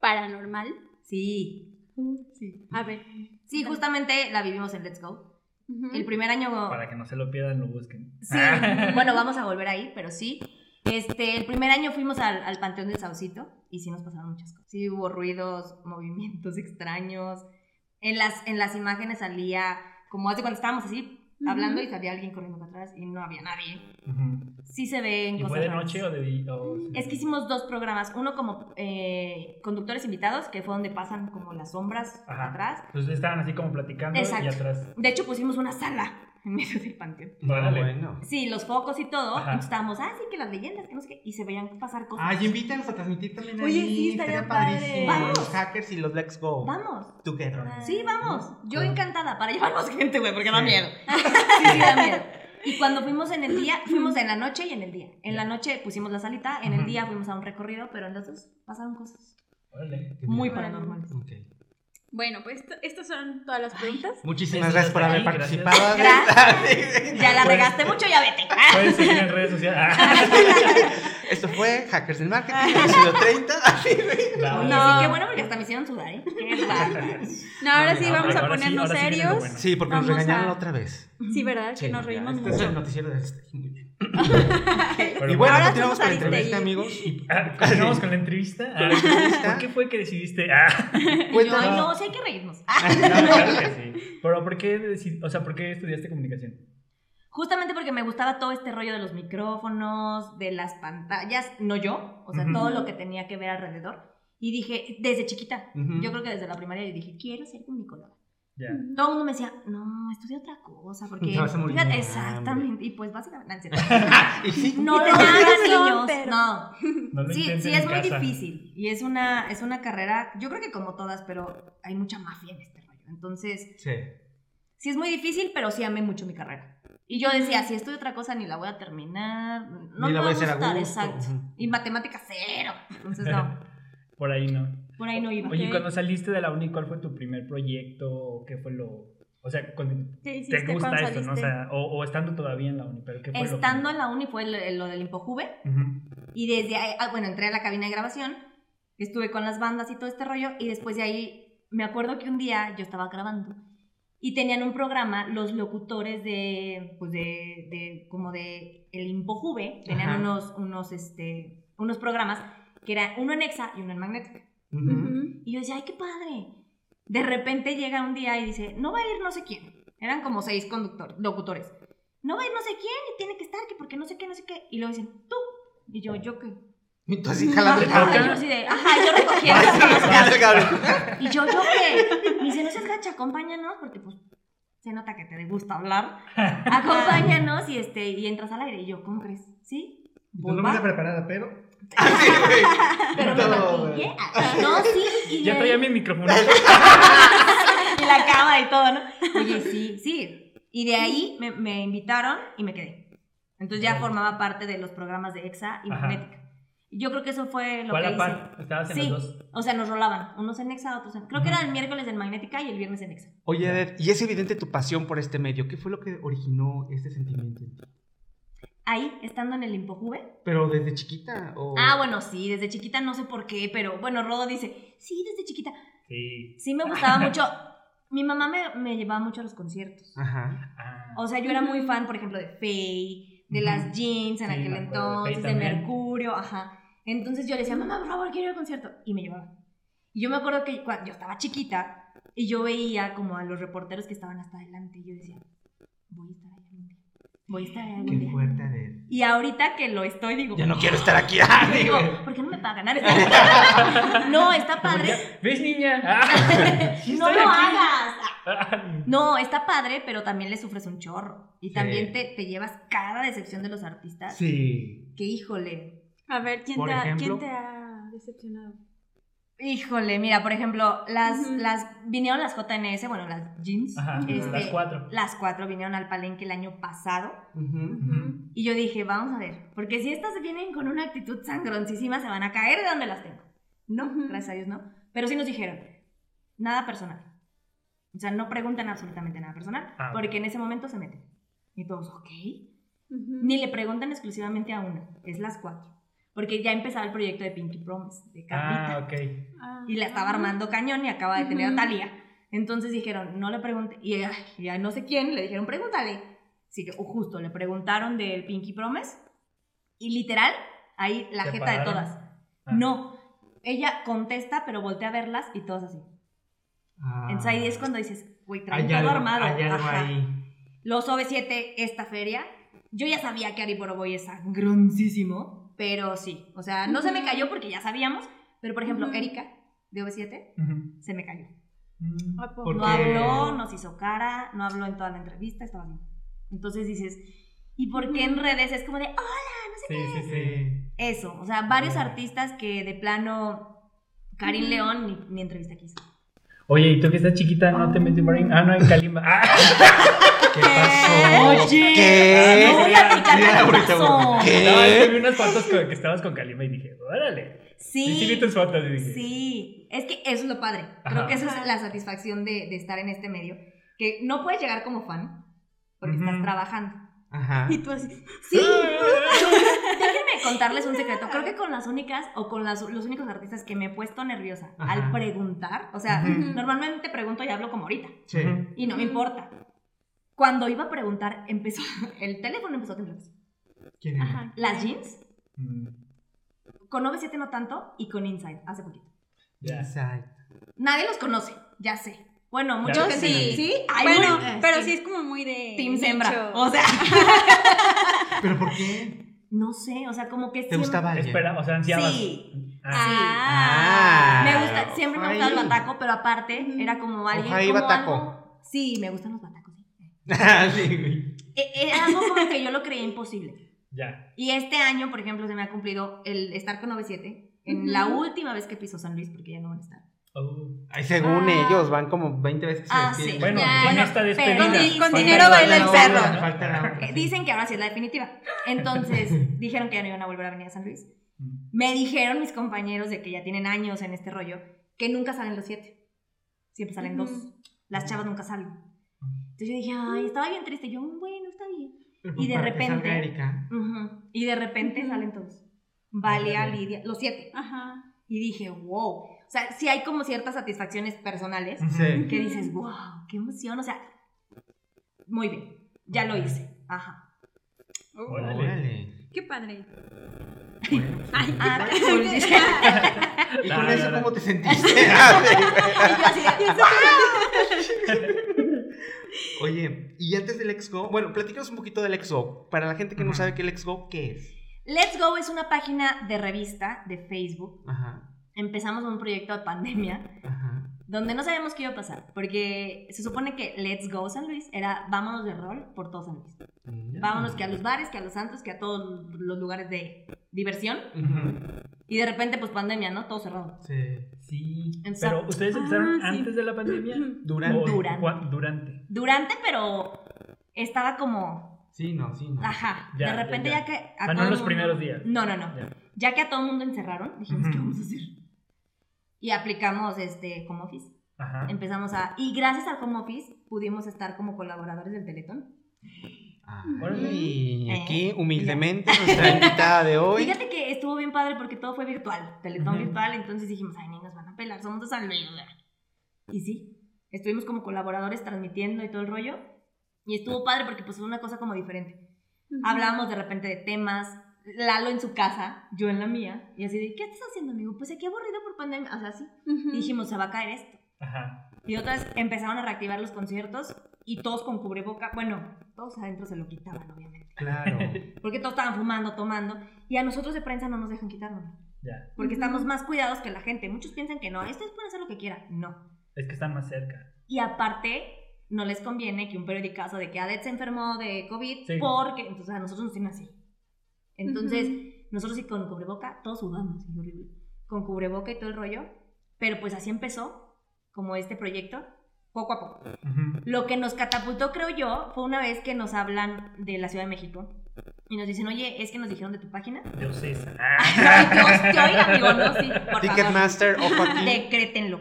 S3: paranormal?
S1: Sí. Uh, Sí.
S3: A ver.
S1: Sí, justamente la vivimos en Let's Go.
S3: Ujú.
S1: El primer año.
S2: Para que no se lo pierdan, lo busquen.
S1: Sí.
S2: Ah.
S1: Bueno, vamos a volver ahí, pero sí. Este, el primer año fuimos al, al Panteón del Saucito y sí nos pasaron muchas cosas. Sí, hubo ruidos, movimientos extraños. En las, en las imágenes salía, como hace cuando estábamos así, hablando y salía alguien corriendo para atrás y no había nadie.
S2: Ujú.
S1: Sí se ven
S2: ¿Y
S1: cosas.
S2: fue de
S1: raras. Mm,
S2: noche o de día? O-
S1: Es que hicimos dos programas, uno como eh, conductores invitados, que fue donde pasan como las sombras
S2: Ajá.
S1: atrás,
S2: Entonces estaban así como platicando y
S1: Exacto.
S2: atrás.
S1: De hecho, pusimos una sala en medio del panteón.
S4: Ah,
S2: Órale.
S4: bueno.
S1: Sí, los focos y todo.
S2: Ajá.
S1: Entonces estábamos, ah, sí, que las leyendas, que no sé qué. Y se veían pasar cosas.
S4: Ay, invítanos a transmitir también
S3: Oye,
S4: ahí,
S3: sí, estaría padre.
S1: Vamos.
S4: Los hackers y los Let's Go.
S1: Vamos.
S4: Together.
S1: Sí, vamos. Yo
S4: Claro.
S1: encantada para llevarnos gente, güey, porque da
S4: Sí.
S1: miedo. Sí, sí, da miedo. Y cuando fuimos en el día, fuimos en la noche y en el día. En la noche pusimos la salita, en el
S2: Ujú.
S1: día fuimos a un recorrido, pero en los dos pasaron cosas
S2: Órale.
S1: muy
S3: padre.
S1: paranormales.
S4: Ok.
S3: Bueno, pues esto- estas son todas las preguntas.
S4: Muchísimas
S2: Eso
S4: gracias por
S2: está
S4: haber
S2: ahí,
S4: participado.
S1: Gracias. Ya la
S2: Pues-
S1: regaste mucho, ya vete.
S2: Pueden seguir en redes sociales. Ah.
S4: Esto fue Hackers del Marketing, episodio 30. Así de-
S2: pues,
S1: Oye,
S3: No.
S1: sí, qué bueno porque hasta me hicieron sudar, ¿eh? Qué bárbaro.
S3: No, ahora
S4: No,
S3: sí
S4: no,
S3: vamos a
S2: ahora sí, ahora
S3: ponernos
S2: sí viene lo
S3: serios.
S2: bueno.
S4: Sí, porque nos
S3: Vamos
S4: regañaron
S3: a-
S4: otra vez.
S3: Sí, ¿verdad?
S4: Sí,
S3: que nos
S4: ya,
S3: reímos
S4: este
S3: mucho.
S4: Es el noticiero de este. Muy bien.
S2: Pero
S4: Y bueno,
S3: Ahora somos
S4: continuamos con la
S3: Aristegui.
S4: entrevista, amigos. Y-
S2: Ah, Continuamos con la entrevista. Ah,
S4: Con la entrevista.
S2: ¿Por qué fue que decidiste? Ah.
S1: Y yo,
S4: Cuéntanos.
S1: ay, no, sí hay que reírnos.
S2: No, claro que sí. Pero ¿por qué, decid- o sea, ¿por qué estudiaste comunicación?
S1: Justamente porque me gustaba todo este rollo de los micrófonos, de las pantallas, no yo, o sea,
S2: Ujú.
S1: todo lo que tenía que ver alrededor. Y dije, desde chiquita,
S4: Ujú.
S1: yo creo que desde la primaria, yo dije, quiero ser comunicóloga.
S2: Ya.
S1: Todo el mundo me decía, no, estudia otra cosa, porque.
S4: Te vas a morir
S2: Ah,
S4: de hambre.
S1: exactamente. Y pues básicamente.
S4: Y sí,
S1: No lo
S3: Tienes
S1: hagan,
S3: razón,
S1: niños.
S3: pero-
S1: No,
S2: No lo
S1: Sí,
S2: intenten
S1: sí,
S2: en
S1: es muy
S2: casa.
S1: difícil. Y es una, es una carrera, yo creo que como todas, pero hay mucha mafia en este rollo. Entonces,
S4: Sí.
S1: sí es muy difícil, pero sí amé mucho mi carrera. Y yo decía, si estoy otra cosa, ni la voy a terminar. No me
S4: Ni la
S1: va
S4: voy a
S1: a
S4: hacer a
S1: gustar,
S4: gusto.
S1: exacto.
S4: Ujú.
S1: Y matemáticas cero. Entonces, no,
S2: Por ahí no.
S1: por ahí no iba.
S2: Oye,
S3: Ok.
S2: ¿y cuando saliste de la uni, ¿cuál fue tu primer proyecto? ¿O ¿Qué fue lo...? O sea, con-
S3: ¿Qué hiciste
S2: ¿te gusta
S3: cuando
S2: esto, no? O,
S3: saliste?
S2: sea, o, o estando todavía en la uni, pero ¿qué fue
S1: Estando
S2: lo
S1: en la uni fue lo, lo del Impojuve.
S2: que... Ujú.
S1: Y desde ahí, ah, bueno, entré a la cabina de grabación, estuve con las bandas y todo este rollo, y después de ahí, me acuerdo que un día yo estaba grabando y tenían un programa, los locutores de, pues de, de- como de el Impojuve, tenían
S4: Ajá.
S1: unos, unos, este, unos programas que eran uno en Exa y uno en Magnética.
S4: Ujú.
S3: Ujú.
S1: Y yo decía, ay, qué padre. De repente llega un día y dice, no va a ir no sé quién. Eran como seis conductor- locutores. no va a ir no sé quién y tiene que estar, que porque no sé qué, no sé qué. Y luego dicen, tú. Y yo, yo qué.
S4: Y tú así jalando.
S2: Ah,
S1: Ajá,
S2: ok.
S1: yo así de, ajá, yo recogiendo. Y yo, yo qué. Me dice, no seas gacha, acompáñanos, porque pues se nota que te gusta hablar. Acompáñanos y este, y entras al aire. Y yo, ¿cómo crees? ¿Sí?
S5: Pues no
S1: Va.
S5: venía preparada, pero.
S4: Así, güey.
S1: Pero me
S4: Todo,
S1: maquillé. Ah, No, sí. Y
S2: Ya
S1: de-
S2: traía mi micrófono.
S1: y la cama y todo, ¿no? Oye, sí, sí. Y de ahí me, me invitaron y me quedé. Entonces ya
S2: Órale.
S1: formaba parte de los programas de EXA y
S2: Ajá.
S1: Magnética. Y Yo creo que eso fue lo
S2: ¿Cuál
S1: que
S2: a
S1: hice.
S2: par? Estabas en
S1: Sí.
S2: los dos.
S1: O sea, nos rolaban, unos en EXA, otros en... Creo que
S2: Ujú.
S1: era el miércoles en Magnética y el viernes en EXA.
S4: Oye, Eder, y es evidente tu pasión por este medio. ¿Qué fue lo que originó este sentimiento en ti?
S1: Ahí, estando en el Impojuve.
S4: ¿Pero desde chiquita?
S2: Oh.
S4: O...
S1: Ah, bueno, sí, desde chiquita no sé por qué, pero bueno, Rodo dice, sí, desde chiquita.
S2: Sí.
S1: Sí me gustaba mucho. Mi mamá me, me llevaba mucho a los conciertos.
S4: Ajá.
S2: Ah.
S1: O sea, yo era muy fan, por ejemplo, de Faye, de
S2: Ujú.
S1: las jeans en
S2: Sí,
S1: aquel
S2: me acuerdo de Faye
S1: entonces, de,
S2: también.
S1: Mercurio, ajá. Entonces yo le decía, mamá, por favor, quiero ir al concierto. Y me llevaba. Y yo me acuerdo que cuando yo estaba chiquita y yo veía como a los reporteros que estaban hasta adelante y yo decía, voy a estar ahí algún día. Voy a estar ahí algún
S4: Qué
S1: día.
S4: fuerte, Eder.
S1: Y ahorita que lo estoy, digo,
S4: Ya no quiero estar aquí.
S1: digo,
S4: Digo,
S1: ¿por qué no me pagan? Ah, no, está padre.
S2: ¿Ves, niña? Ah.
S1: No
S2: Estoy
S1: lo
S2: aquí.
S1: hagas. No, está padre, pero también le sufres un chorro. Y también te, te llevas cada decepción de los artistas.
S4: Sí.
S1: Que híjole.
S3: A ver, ¿quién
S4: Por
S3: te, ha, ¿quién
S4: ejemplo.
S3: te ha decepcionado?
S1: Híjole, mira, por ejemplo, las,
S3: Ujú.
S1: las vinieron las JNS, bueno, las jeans.
S2: Ajá,
S1: este,
S2: las cuatro.
S1: las cuatro vinieron al palenque el año pasado.
S4: Ujú.
S2: Ujú.
S1: Y yo dije, vamos a ver, porque si estas vienen con una actitud sangroncísima, se van a caer de donde las tengo. No,
S3: Ujú.
S1: gracias a Dios, no. Pero sí nos dijeron, nada personal. O sea, no preguntan absolutamente nada personal,
S2: Ah, ok.
S1: porque en ese momento se meten. Y todos, ok.
S3: Ujú.
S1: Ni le preguntan exclusivamente a una, es las cuatro. Porque ya empezaba el proyecto de Pinky Promise, de Carlita.
S2: Ah, ok.
S3: Ah,
S1: Y la estaba armando cañón y acaba de tener a
S3: Ujú.
S1: Talía. Entonces dijeron, no le pregunte. Y ay, ya no sé quién le dijeron, pregúntale. Así que o justo le preguntaron del Pinky Promise. Y literal, ahí la
S2: ¿Se
S1: jeta de
S2: pararon?
S1: todas.
S2: Ah.
S1: No. Ella contesta, pero voltea a verlas y todas así.
S4: Ah.
S1: Entonces ahí es cuando dices, güey, traen
S4: Hay
S1: todo
S4: algo-
S1: armado.
S4: hay algo
S1: Ajá.
S4: ahí.
S1: Los OV7, esta feria, yo ya sabía que Ari Boroboy es sangroncísimo, pero sí, o sea, no se me cayó porque ya sabíamos, pero por ejemplo,
S3: Ujú.
S1: Erika de OV7
S2: Ujú.
S1: se me cayó.
S2: Mm.
S3: ¿a poco?
S4: Porque-
S1: pues, No habló, nos hizo cara, no habló en toda la entrevista, estaba bien. Entonces dices, ¿y por qué en redes es como de, "Ah,
S2: Sí, sí, sí.
S4: Sí.
S1: eso? O sea, varios
S2: Ujú.
S1: artistas que de plano, Karim
S3: Ujú.
S1: León ni, ni entrevista quiso.
S2: Oye, ¿y tú que estás chiquita no te metes en Brain? Ah, no, en Kalimba. Ah.
S4: ¿Qué pasó?
S2: Oye. Ah,
S4: ¿Qué?
S1: No voy a aplicar
S4: Mira,
S1: la que
S4: ahorita
S1: pasó.
S4: voy. ¿Qué?
S2: No, es que vi unas fotos con- que estabas con Kalimba y dije, órale. Y sí vi tus fotos y dije,
S1: Sí, es que eso es lo padre. Creo
S2: Ajá.
S1: que eso es la satisfacción de, de estar en este medio. Que no puedes llegar como fan porque
S2: Ujú.
S1: estás trabajando.
S4: Ajá.
S3: Y tú así.
S1: Sí,
S2: ¡Ah!
S1: déjenme contarles un secreto. Creo que con las únicas o con las- los únicos artistas que me he puesto nerviosa
S4: Ajá.
S1: al preguntar, o sea,
S2: Ujú.
S1: normalmente pregunto y hablo como ahorita
S4: Sí.
S2: Ujú.
S1: y no me
S3: Ujú.
S1: importa. Cuando iba a preguntar, empezó, el teléfono empezó a temblar.
S4: ¿Quién era?
S3: Ajá.
S1: Las jeans,
S2: Mm,
S1: con 97 no tanto y con Inside, hace poquito.
S2: Ya.
S4: Inside.
S1: Nadie los conoce, ya sé. Bueno, mucha
S2: Yo
S1: gente.
S3: sí.
S1: Sí, Ay,
S3: Bueno,
S1: muy-
S3: pero sí es como muy de.
S1: Team
S3: nicho.
S1: Sembra. O sea,
S4: ¿Pero por qué?
S1: no sé, o sea, como que
S4: ¿Te gustaba alguien?
S2: Espera, o sea, ansiabas.
S1: Sí.
S2: Ah,
S4: Ah.
S1: Me gusta, siempre me ha gustado el
S4: Ojalá.
S1: bataco, pero aparte era como alguien.
S4: Ojalá y
S1: como
S4: bataco.
S1: algo- Sí, me gustan los batacos.
S4: Ah, sí, güey.
S1: Eh, Era algo como que yo lo creía imposible.
S2: ya.
S1: Y este año, por ejemplo, se me ha cumplido el estar con 97 en la
S3: Ujú.
S1: última vez que piso San Luis, porque ya no van a estar.
S2: Oh.
S4: Ay, según
S3: Ah.
S4: ellos, van como 20 veces. que se
S1: Ah,
S4: despiden.
S1: sí.
S2: Bueno,
S1: Ya,
S2: en
S1: no,
S2: esta
S1: pero-
S2: despedida.
S1: Con di- con
S2: Falta
S3: dinero
S2: la
S3: baila el
S2: otra,
S3: perro.
S2: ¿no?
S4: Falta la otra.
S1: Eh, Dicen que ahora sí es la definitiva. Entonces, dijeron que ya no iban a volver a venir a San Luis.
S2: Mm.
S1: Me dijeron mis compañeros de que ya tienen años en este rollo que nunca salen los siete. Siempre salen
S3: Ujú.
S1: dos. Las chavas nunca salen. Entonces yo dije, ay, estaba bien triste. Yo, bueno, está bien.
S4: Pero
S1: Y de
S4: para que salga
S1: repente-
S4: Erika.
S1: Ujú. Y de repente
S3: Ujú.
S1: salen todos. Valia,
S2: Órale.
S1: Lidia, los siete.
S3: Ajá.
S1: Y dije, wow. O sea, sí hay como ciertas satisfacciones personales
S4: Sí.
S1: que dices, wow, qué emoción. O sea, muy bien. Ya lo hice. Ajá.
S3: Oh,
S2: Órale.
S4: Órale.
S3: Qué padre.
S1: Ay, ah, qué cool, dice.
S4: ¿Y
S2: No,
S4: con
S2: no,
S4: eso
S2: no.
S4: cómo te sentiste? Ah, sí, güey.
S1: Y yo así de, "Guau".
S4: Oye, y antes del Exgo, bueno, platícanos un poquito del Exgo. Para la gente que no
S2: Ajá.
S4: sabe qué el Exgo, ¿qué es?
S1: Let's Go es una página de revista de Facebook.
S4: Ajá,
S1: Empezamos un proyecto de pandemia
S4: ajá.
S1: donde no sabíamos qué iba a pasar, porque se supone que Let's Go San Luis era vámonos de rol por todo San Luis.
S4: Mm,
S1: Vámonos que a los bares, que a los santos, que a todos los lugares de diversión.
S4: Ujú,
S1: Y de repente, pues pandemia, ¿no? Todo cerrado.
S4: Sí.
S2: Sí.
S1: Exacto.
S2: Pero ustedes
S3: Ah,
S2: empezaron
S3: sí.
S2: antes de la pandemia.
S4: Durante.
S2: O-
S1: Durante.
S2: cua- durante.
S1: Durante, pero estaba como,
S4: Sí, no, sí, no.
S1: ajá.
S2: Ya,
S1: de repente, ya,
S2: ya, ya.
S1: que.
S2: O
S1: a
S2: sea,
S1: todo
S2: Ah, no en
S1: el
S2: los
S1: mundo-
S2: primeros días.
S1: No, Mm. no, no.
S2: Ya.
S1: Ya que a todo el mundo encerraron, dijimos, ¿qué
S2: Ujú.
S1: vamos a hacer? Y aplicamos este home office.
S2: Ajá.
S1: Empezamos a. Y gracias al home office pudimos estar como colaboradores del Teletón.
S4: Ah. Y
S1: Eh.
S4: aquí, humildemente, nuestra invitada de hoy.
S1: Fíjate que estuvo bien padre porque todo fue virtual, Teletón
S2: Ujú.
S1: virtual. Entonces dijimos, ay, ni nos van a pelar, somos de San Luis. o sea. Y sí, estuvimos como colaboradores transmitiendo y todo el rollo. Y estuvo padre porque pues fue una cosa como diferente. Hablábamos de repente de temas, Lalo en su casa, yo en la mía, y así de, ¿qué estás haciendo, amigo? Pues aquí aburrido por pandemia, o sea, sí.
S3: Ujú.
S1: Y dijimos, se va a caer esto.
S2: Ajá.
S1: Y otras empezaron a reactivar los conciertos y todos con cubreboca, bueno, todos adentro se lo quitaban, obviamente,
S4: Claro.
S1: porque todos estaban fumando, tomando, y a nosotros de prensa no nos dejan quitarnos,
S2: Ya.
S1: porque
S3: Ujú.
S1: estamos más cuidados que la gente. Muchos piensan que no, estos pueden hacer lo que quieran, no.
S2: Es que están más cerca.
S1: Y aparte, no les conviene que un periodicazo de que Adet se enfermó de COVID,
S2: Sí.
S1: porque entonces a nosotros nos tienen así. Entonces, Nosotros sí con cubreboca, todos sudamos, es horrible. Con cubreboca y todo el rollo. Pero pues así empezó, como este proyecto, poco a poco.
S2: Ujú.
S1: Lo que nos catapultó, creo yo, fue una vez que nos hablan de la Ciudad de México. Y nos dicen, oye, es que nos dijeron de tu página.
S2: Yo sé Ah. esa.
S1: Ay, Dios, te oiga, amigo, no, sí, por favor.
S4: Ticketmaster, ojo aquí.
S1: Decrétenlo.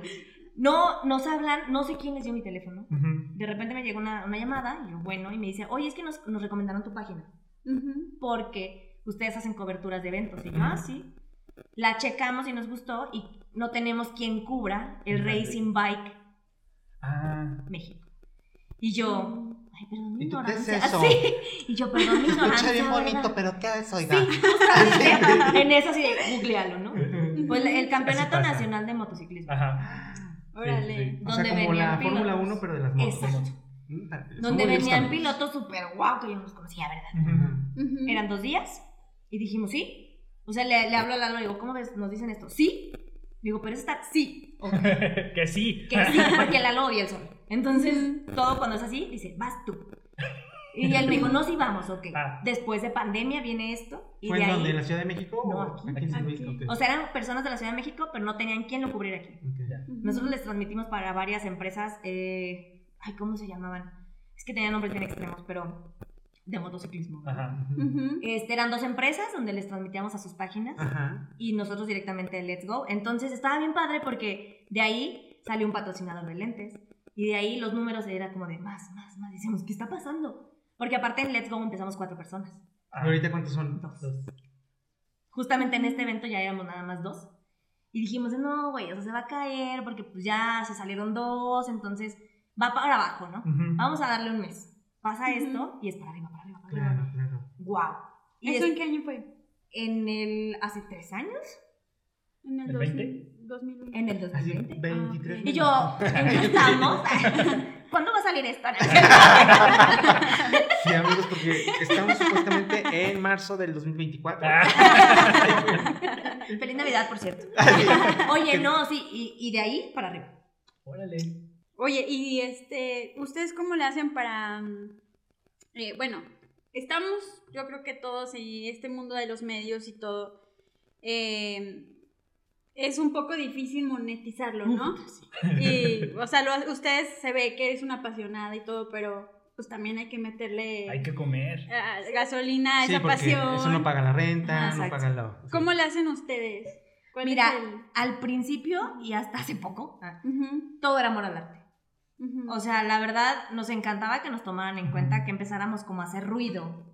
S1: No, nos hablan, no sé quién les dio mi teléfono.
S2: Ujú.
S1: De repente me llegó una, una llamada, y yo, bueno, y me dice, oye, es que nos, nos recomendaron tu página
S3: Ujú.
S1: porque ustedes hacen coberturas de eventos. Y yo, ah, sí. La checamos y nos gustó y no tenemos quien cubra el
S2: Ajá.
S1: Racing Bike
S2: Ah.
S1: México. Y yo, ay, perdón mi
S4: ¿Y tú qué es
S1: ignorancia.
S4: eso?
S1: Ah, sí. Y yo, perdón mi
S4: Se escucha
S1: ignorancia.
S4: bien bonito,
S1: ¿verdad?
S4: pero ¿qué es, oiga?
S1: Sí, justamente, en eso así de googlealo, ¿no?
S4: Ujú.
S1: Pues el Campeonato
S2: pasa.
S1: Nacional de Motociclismo.
S2: Ajá.
S3: Órale.
S4: O sea,
S1: Donde
S4: como
S1: venían
S4: la
S1: pilotos.
S4: Fórmula 1, pero de las motos.
S1: Exacto.
S4: Mm, está- está
S1: Donde
S4: muy bien,
S1: venían
S4: está bien.
S1: pilotos súper guau que yo no los conocía, ¿verdad?
S2: Ujú.
S3: Ujú.
S1: Eran dos días y dijimos, sí. O sea, le, le hablo a Lalo y digo, ¿cómo ves? Nos dicen esto, sí. Digo, pero es estar, sí. Ok.
S2: que sí.
S1: Que sí, porque Lalo odia el sol. Entonces, todo cuando es así, dice, vas tú. Y él me dijo, no, sí vamos, ok.
S2: Ah.
S1: Después de pandemia viene esto y
S4: ¿Fue
S1: de
S4: en
S1: ahí.
S4: donde? ¿En la Ciudad de México?
S1: No,
S4: o
S1: aquí.
S4: en San Luis?
S3: Aquí.
S4: Ok.
S1: O sea, eran personas de la Ciudad de México, pero no tenían quién lo cubrir aquí.
S4: Ok.
S3: Ujú.
S1: Nosotros les transmitimos para varias empresas, eh, ay, ¿cómo se llamaban? Es que tenían nombres bien extremos, pero de motociclismo.
S2: Ajá.
S3: Ujú.
S1: Este, eran dos empresas donde les transmitíamos a sus páginas.
S4: Ah. Ajá.
S1: y nosotros directamente de Let's Go. Entonces estaba bien padre porque de ahí salió un patrocinador de lentes y de ahí los números era como de más, más, más. Decíamos, ¿qué está pasando? Porque aparte en Let's Go empezamos cuatro personas.
S2: Ah.
S4: ¿Y ahorita cuántos son?
S1: Dos.
S2: Dos.
S1: Justamente en este evento ya éramos nada más dos. Y dijimos, no, güey, eso se va a caer porque pues ya se salieron dos, entonces va para abajo, ¿no?
S2: Ujú.
S1: Vamos a darle un mes. Pasa
S3: Ujú.
S1: esto y es para arriba, para arriba, para arriba.
S4: Claro, claro.
S1: ¡Guau! Y
S3: ¿Eso
S1: es-
S3: en qué año fue?
S1: en el, hace tres años,
S3: En
S2: ¿El
S3: el,
S2: 20?
S3: 2000, 2001.
S1: en el
S4: Así,
S1: 2020.
S4: 23.
S1: Ah, Y yo, ¿en qué estamos? ¿Cuándo va a salir esta?
S4: Sí, amigos, porque estamos supuestamente en marzo del 2024.
S2: Ah.
S1: Feliz Navidad, por cierto.
S4: Así.
S1: Oye, no, sí, y, y de ahí para arriba.
S2: Órale.
S3: Oye, y este, ¿ustedes cómo le hacen para, mm, eh, bueno, estamos, yo creo que todos en este mundo de los medios y todo, eh, es un poco difícil monetizarlo, ¿no? Y, o sea, lo- ustedes se ve que eres una apasionada y todo, pero pues también hay que meterle
S2: Hay que comer.
S3: ah, gasolina a
S4: Sí,
S3: esa
S4: porque
S3: pasión.
S4: eso no paga la renta,
S1: Ajá,
S4: no
S1: Ah, exacto.
S4: paga la...
S3: ¿Cómo le hacen ustedes? ¿Cuál es
S1: Mira,
S3: el-
S1: Al principio y hasta hace poco, ah,
S3: Ujú,
S1: todo era amor al arte.
S3: ujú.
S1: O sea, la verdad, nos encantaba que nos tomaran en cuenta, que empezáramos como a hacer ruido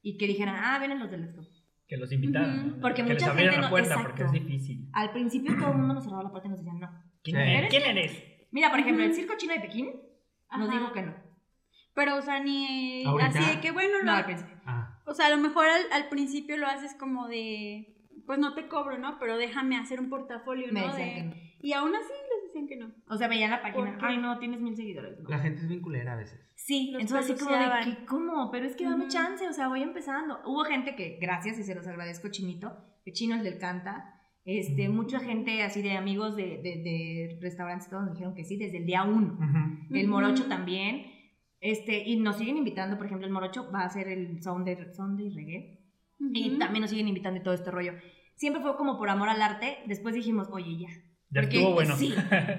S1: y que dijeran, ah, vienen los del Let's Go.
S2: Que los invitaron.
S3: Ujú.
S2: ¿no?
S1: Porque
S2: que
S1: mucha
S2: les abrieran
S1: gente
S2: la
S1: no-
S2: puerta
S1: exacto.
S2: porque es difícil.
S1: Al principio todo el mundo nos cerraba la puerta y nos decían no.
S2: ¿Quién
S4: Sí.
S2: eres? ¿Quién eres?
S1: Mira, por ejemplo, el
S3: Ujú.
S1: circo chino de Pekín nos
S3: Ajá.
S1: dijo que no.
S3: Pero, o sea, ni
S4: Ahorita.
S3: así de que, bueno,
S1: No,
S3: lo-
S1: al principio.
S4: Ah,
S3: o sea, a lo mejor al, al principio lo haces como de, pues no te cobro, ¿no? Pero déjame hacer un portafolio,
S1: Me
S3: ¿no?
S1: decían
S3: De-
S1: que no.
S3: Y aún así les decían que no.
S1: O sea, veían la página.
S3: ¿Por qué?
S1: Ay, no, tienes mil seguidores. no".
S4: La gente es bien culera a veces.
S1: Sí,
S3: Los
S1: entonces así como de,
S3: peluceaban.
S1: que, ¿cómo? Pero es que dame
S3: Ujú.
S1: chance, o sea, voy empezando. Hubo gente que, gracias y se los agradezco, Chinito, que Chino el del Canta, este,
S2: Ujú.
S1: mucha gente así de amigos de, de- de restaurantes, todos nos dijeron que sí, desde el día uno. El
S3: Ujú.
S1: Morocho también, este, y nos siguen invitando, por ejemplo, el Morocho va a hacer el Sound de, sound de Reggae, y
S3: Ujú.
S1: también nos siguen invitando y todo este rollo. Siempre fue como por amor al arte, después dijimos, oye, ya.
S2: Ya
S1: Porque-
S2: estuvo bueno.
S1: Sí,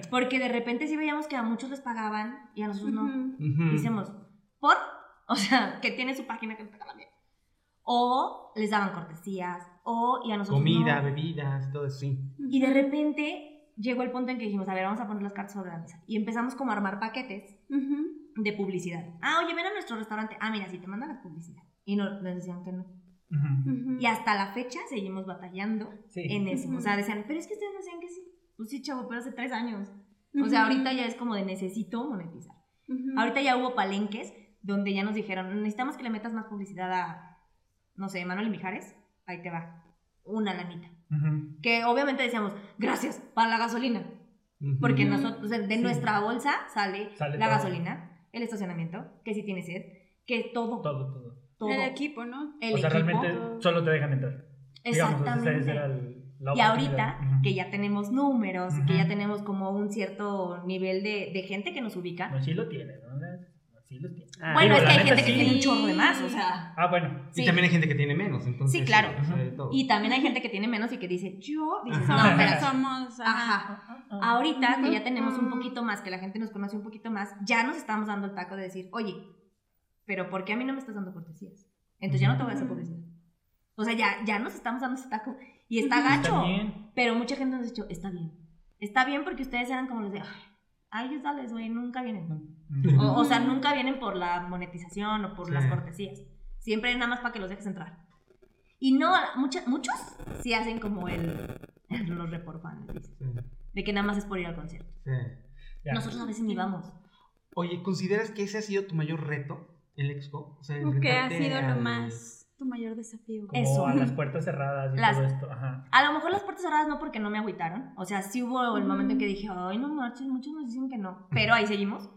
S1: porque de repente sí veíamos que a muchos les pagaban y a nosotros no.
S3: Ujú.
S4: Ujú.
S1: Dicemos, ¿por? O sea, que tiene su página que paga bien. O les daban cortesías, o y a nosotros
S4: Comida,
S1: no.
S4: bebidas, todo eso, sí.
S1: Y de repente llegó el punto en que dijimos, a ver, vamos a poner las cartas sobre la mesa. Y empezamos como a armar paquetes
S3: Ujú.
S1: de publicidad. Ah, oye, ven a nuestro restaurante. Ah, mira, sí, te mandan la publicidad. Y no- nos decían que no.
S2: Ujú.
S3: Ujú.
S1: Y hasta la fecha seguimos batallando
S2: Sí.
S1: en eso.
S3: Ujú.
S1: O sea, decían, pero es que ustedes no decían que sí. Pues sí, chavo, pero hace tres años. O
S3: Ujú.
S1: sea, ahorita ya es como de necesito monetizar.
S3: Ujú.
S1: Ahorita ya hubo palenques donde ya nos dijeron, necesitamos que le metas más publicidad a, no sé, Manuel Mijares, ahí te va, una lanita.
S2: Ujú.
S1: Que obviamente decíamos, gracias, para la gasolina,
S4: Ujú.
S1: porque
S3: Ujú.
S1: nosotros, o sea, de
S2: Sí.
S1: nuestra bolsa sale,
S2: Sale
S1: la
S2: todo.
S1: gasolina, el estacionamiento, que si tiene sed, que todo, todo,
S2: Todo, todo.
S3: El equipo, ¿no?
S1: el
S2: o sea,
S1: equipo.
S2: realmente solo te dejan entrar. Digamos, esa-
S1: Exactamente.
S2: esa era el- la
S1: Y ahorita
S2: oportunidad. Ujú.
S1: que ya tenemos números, y que
S2: Ujú.
S1: ya tenemos como un cierto nivel de, de gente que nos ubica.
S2: No, sí lo tiene, ¿no? Sí lo tiene.
S4: Ah,
S1: Bueno,
S2: Digo,
S1: es que
S2: la
S1: hay
S2: neta,
S1: gente que
S2: sí.
S1: tiene un chorro de más, o sea.
S2: Ah, bueno.
S4: Y
S1: sí.
S4: también hay gente que tiene menos, entonces.
S1: Sí, claro.
S4: o sea, de todo.
S1: Y también hay gente que tiene menos y que dice, yo, dices,
S4: Ajá.
S1: no,
S3: Somos,
S1: espera.
S3: somos ajá.
S1: Ajá. Ahorita que ya tenemos un
S3: Ujú.
S1: poquito más, que la gente nos conoce un poquito más, ya nos estamos dando el taco de decir, oye, pero ¿por qué a mí no me estás dando cortesías? Entonces ya no te voy a hacer
S3: Ujú.
S1: publicidad. O sea, ya, ya nos estamos dando ese taco y está
S3: Ujú.
S1: gacho.
S2: También.
S1: Pero mucha gente nos ha dicho, está bien. Está bien porque ustedes eran como los de, "Ay, a ellos dales, güey, nunca vienen.
S2: Ujú.
S1: O, o sea,
S3: Ujú.
S1: nunca vienen por la monetización o por
S4: Sí.
S1: las cortesías. Siempre es nada más para que los dejes entrar. Y no, mucha- muchos sí hacen como el, los reporfanes,
S4: Sí,
S1: de que nada más es por ir al concierto.
S4: sí.
S2: Ya.
S1: Nosotros a veces ni vamos.
S4: Oye, ¿consideras que ese ha sido tu mayor reto, el Expo? O sea,
S3: ¿O ¿Qué ha
S4: enfrentarte
S3: sido lo
S4: al-
S3: más, tu mayor desafío?
S2: Como
S1: eso.
S2: a las puertas cerradas y
S1: Las-
S2: todo esto. Ajá.
S1: A lo mejor las puertas cerradas no porque no me agüitaron. O sea, sí hubo el
S3: Ujú.
S1: momento en que dije, ay, no marches, muchos nos dicen que no. Pero ahí seguimos.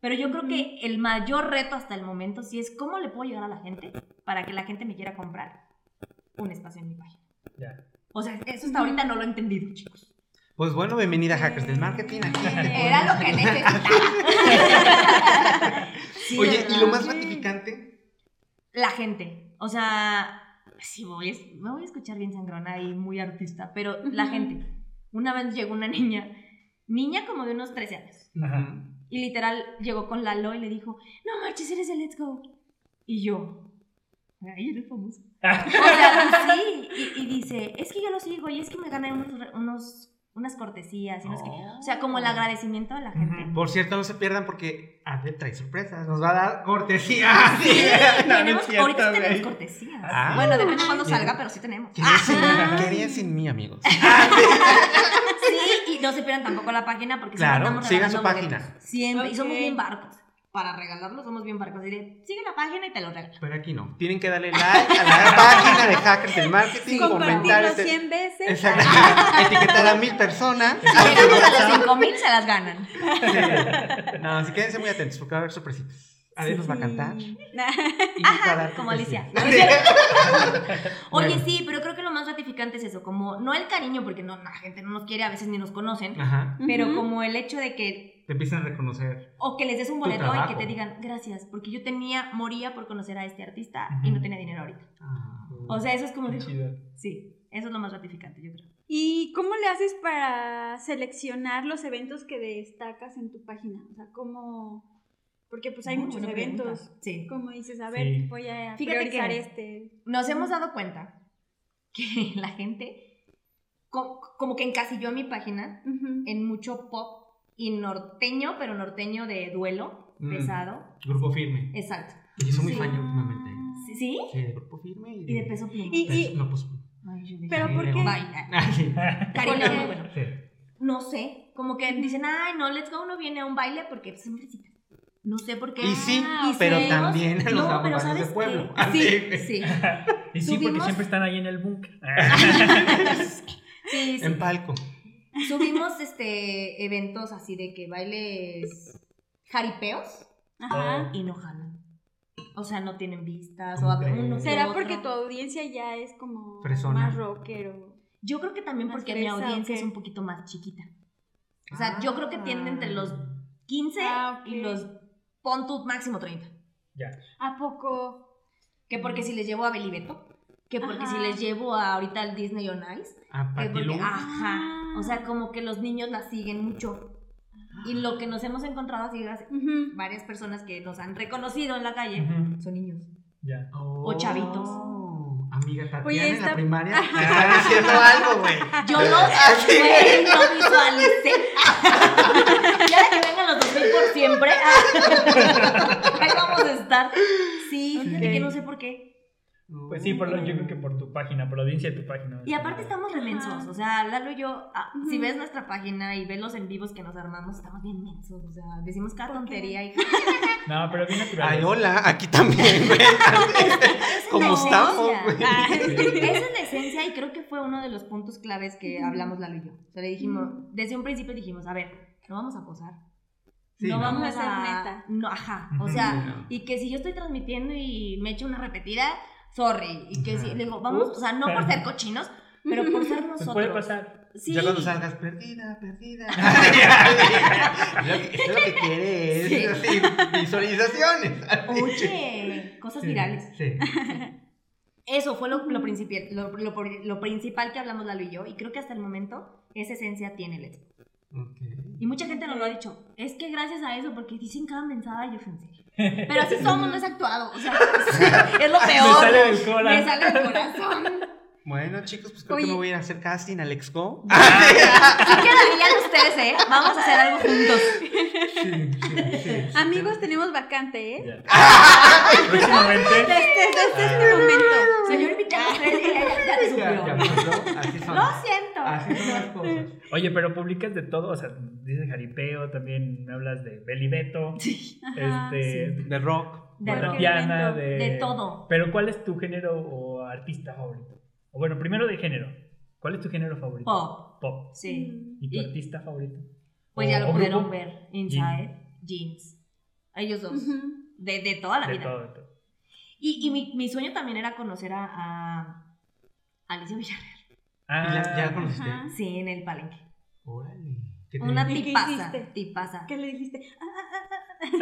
S1: Pero yo creo que el mayor reto hasta el momento sí es cómo le puedo llegar a la gente para que la gente me quiera comprar un espacio en mi página.
S2: Ya.
S1: O sea, eso hasta ahorita no lo he entendido, chicos.
S4: Pues bueno, bienvenida a Hackers del Marketing. Aquí
S3: Eh,
S4: te
S1: Era lo que necesitaba. Sí,
S4: Oye,
S1: ¿verdad?
S4: y lo más
S3: Sí.
S4: gratificante,
S1: La gente. O sea, sí, voy, a- me voy a escuchar bien sangrona y muy artista, pero la
S3: Ujú.
S1: gente. Una vez llegó una niña, niña como de unos 13 años,
S2: Ajá.
S1: y literal llegó con Lalo y le dijo, no manches, eres de Let's Go. Y yo, ay, eres famoso. O sea, sí, y, y dice, es que yo lo sigo y es que me gané unos, unos- unas cortesías y no sé qué". O sea, como el agradecimiento de la gente.
S2: Oh. Ujú.
S4: por cierto, no se pierdan porque Adel trae sorpresas. Nos va a dar cortesía. No, no
S1: tenemos,
S4: es cierto,
S1: ahorita sí
S4: güey.
S1: tenemos cortesías.
S2: Ah,
S4: sí.
S1: bueno, depende de cuándo
S4: Bien.
S1: salga, pero sí tenemos.
S4: ¿Qué harían sin-
S3: Ah.
S4: ¿Qué harían sin mí, amigos?
S1: Sí, y no se pierdan tampoco la página porque
S4: Claro,
S1: siempre estamos
S4: sigan su
S1: regalando
S4: página.
S1: boletos. Siempre. Y somos
S3: Ok.
S1: bien barcos. Para regalarlo somos bien barcos. Y de, sigue la página y te lo regalo.
S4: Pero aquí no. Tienen que darle like a la página de Hackers del Marketing, comentar
S3: Compartirlo
S4: este-
S3: 100 veces.
S4: Exacto. Etiquetar a mil personas.
S1: Si llegamos a los 5000 se las ganan.
S4: Sí. Este, No, así quédense muy atentos porque va a haber sorpresitas. A ver, nos va a cantar.
S3: Sí.
S4: y
S1: Ajá,
S4: va a dar
S1: como
S4: cortesía.
S1: Oye,
S4: Bueno.
S1: sí, pero creo que lo más gratificante es eso. Como, no el cariño, porque no, la gente no nos quiere, a veces ni nos conocen.
S4: Ajá.
S1: Pero
S3: Ujú.
S1: como el hecho de que.
S4: Te empiezan a reconocer.
S1: O que les des un boleto y que
S4: trabajo.
S1: te digan, gracias, porque yo tenía, moría por conocer a este artista y
S2: Ujú.
S1: no tenía dinero ahorita.
S4: Ah.
S1: O sea, eso es como.
S2: Qué
S1: de-
S2: chido.
S1: Sí, eso es lo más gratificante, yo creo.
S3: ¿Y cómo le haces para seleccionar los eventos que destacas en tu página? O sea, ¿cómo...? Porque pues hay
S1: Muy
S3: muchos
S1: buena pregunta.
S3: eventos.
S1: Sí.
S3: Como dices, a ver,
S2: Sí.
S3: voy a
S1: Fíjate
S3: priorizar
S1: que-
S3: este.
S1: nos hemos dado cuenta que la gente co- como que encasilló mi página
S3: Ujú.
S1: en mucho pop y norteño, pero norteño de duelo,
S4: Mm.
S1: pesado.
S4: Grupo firme.
S1: Exacto.
S4: Yo soy muy
S1: Sí.
S4: fan últimamente.
S1: ¿Sí? sí?
S4: Sí, de grupo firme y de,
S1: Y de peso pluma.
S3: Y-
S4: Peso- no, pues.
S1: Ay, yo dije,
S3: Pero ¿por
S4: Sí,
S3: qué?
S1: bye, ay.
S4: Ah, sí.
S1: Karina,
S3: qué?
S1: muy bueno.
S2: Sí.
S1: No sé, como que dicen, ay, no, Let's Go no viene a un baile porque es un principio. No sé por qué.
S4: Y sí,
S3: Ah,
S1: Y
S4: pero
S1: subimos-
S4: también a los
S1: No, pero
S4: abogados de
S1: ¿sabes
S4: pueblo.
S1: qué? Sí, sí.
S2: Y sí, porque
S1: Subimos-
S2: siempre están ahí en el búnker.
S1: Sí, sí.
S4: En palco.
S1: Subimos este eventos así de que bailes jaripeos
S3: Ajá.
S1: y no jalan. O sea, no tienen vistas o
S4: Ok.
S1: hablan uno que
S3: ¿Será
S1: otro.
S3: porque tu audiencia ya es como
S4: Fresona.
S3: más rockero?
S1: Yo creo que también
S3: más
S1: porque
S3: fresa,
S1: mi audiencia
S3: ¿o
S1: es
S3: qué?
S1: un poquito más chiquita. O sea, yo creo que tiende entre los 15
S3: Ah, ok.
S1: y los pon tu máximo 30.
S3: ¿A poco?
S1: Que porque si les llevo a Belibeto, que porque si
S3: Ajá.
S1: les llevo a ahorita al Disney on Ice,
S4: A
S1: que
S4: Pati
S1: porque,
S4: Lu.
S3: Ah.
S1: ajá, o sea, como que los niños la siguen mucho. Y lo que nos hemos encontrado así, gracias-
S3: Ujú.
S1: varias personas que nos han reconocido en la calle
S2: Ujú.
S1: son niños.
S2: Ya.
S1: o chavitos.
S4: Oh, Amiga Tatiana
S3: Oye,
S4: en la
S3: esta-
S4: primaria te está diciendo algo, güey.
S1: Yo ah, lo,
S4: Así
S1: güey, lo visualicé. ya que vengan los 2000 por siempre. ah, Ahí vamos a estar. Sí, fíjate
S3: Ok.
S1: que no sé por qué.
S2: Pues sí, por lo, yo creo que por tu página, por la audiencia de tu página.
S1: Y aparte estamos remensos. O sea, Lalo y yo, ah, si ves nuestra página y ves los en vivos que nos armamos, estamos bien mensos. O sea, decimos cada tontería y.
S2: No, pero bien natural. ¿eh?
S4: Ay, hola, aquí también, güey. ¿Cómo
S1: No,
S4: estamos,
S1: ya.
S4: güey?
S3: Ah,
S1: Esa es la esencia y creo que fue uno de los puntos claves que hablamos Lalo y yo. O sea, le dijimos, desde un principio dijimos, a ver, no vamos a posar.
S4: Sí,
S1: no,
S4: no.
S1: vamos
S3: Vamos
S1: a
S3: a
S1: ser
S3: ser neta.
S1: No, ajá. O
S2: Ujú.
S1: sea,
S4: No.
S1: y que si yo estoy transmitiendo y me echo una repetida, sorry. Y que si
S4: Ajá.
S1: le digo, vamos, o sea, no por ser cochinos, pero por ser nosotros.
S2: Pues puede pasar.
S1: Sí.
S4: Ya cuando salgas perdida, perdida. Es lo que- es lo que quiere es
S1: Sí.
S4: así, visualizaciones.
S1: Oye, cosas virales.
S4: Sí.
S1: Eso fue lo, lo, principi- lo, lo por- lo principal que hablamos Lalo y yo, y creo que hasta el momento esa esencia tiene el expo.
S4: Ok.
S1: Y mucha gente nos lo ha dicho, es que gracias a eso, porque dicen cada mensada, yo pensé. Pero así somos, no es actuado, o sea, es lo
S2: Me
S1: peor.
S2: sale del cola.
S1: Me sale del corazón.
S4: Bueno, chicos, pues creo que
S3: Oye.
S4: me voy a ir a hacer casting al Expo.
S1: Así que deberían ustedes, ¿eh? Vamos a hacer algo juntos.
S4: Sí, sí, sí.
S3: Amigos, tenemos vacante, ¿eh?
S2: Ya. Próximamente.
S3: Desde, desde este momento.
S1: Señor invitado, usted ya, ya, ya te
S4: Ah, Ya, ya,
S1: subió.
S4: pues, ¿no? Así son.
S1: Lo siento.
S2: Ah,
S4: Así son las cosas.
S2: Oye, pero publicas de todo. O sea, dices jaripeo, también me hablas de Belibeto.
S1: Ah,
S3: Ajá.
S2: Este.
S4: De rock.
S1: De,
S2: de
S1: rock,
S2: Tatiana,
S3: evento,
S2: de...
S1: de todo.
S2: Pero ¿cuál es tu género o artista favorito? O bueno, primero de género. ¿Cuál es tu género favorito?
S1: Pop,
S2: Pop.
S3: Mm.
S1: sí.
S2: ¿Y tu
S1: Y-
S2: artista favorito?
S1: Pues
S2: ¿O-
S1: ya lo
S2: o
S1: pudieron
S2: grupo?
S1: ver. Inside, Jeans. Ellos dos.
S3: Ujú.
S1: De, de toda la
S2: De
S1: vida.
S2: todo, de todo.
S1: Y, y mi, mi sueño también era conocer a, a Alicia Villarreal.
S2: Ah,
S4: ¿Y la- ya conociste?
S3: Ajá.
S1: Sí, en el palenque.
S4: Órale. ¿Qué te
S1: Una
S4: digo?
S3: ¿Y qué
S1: tipaza.
S3: hiciste?
S1: Tipaza.
S3: ¿Qué le dijiste? Ah, ah,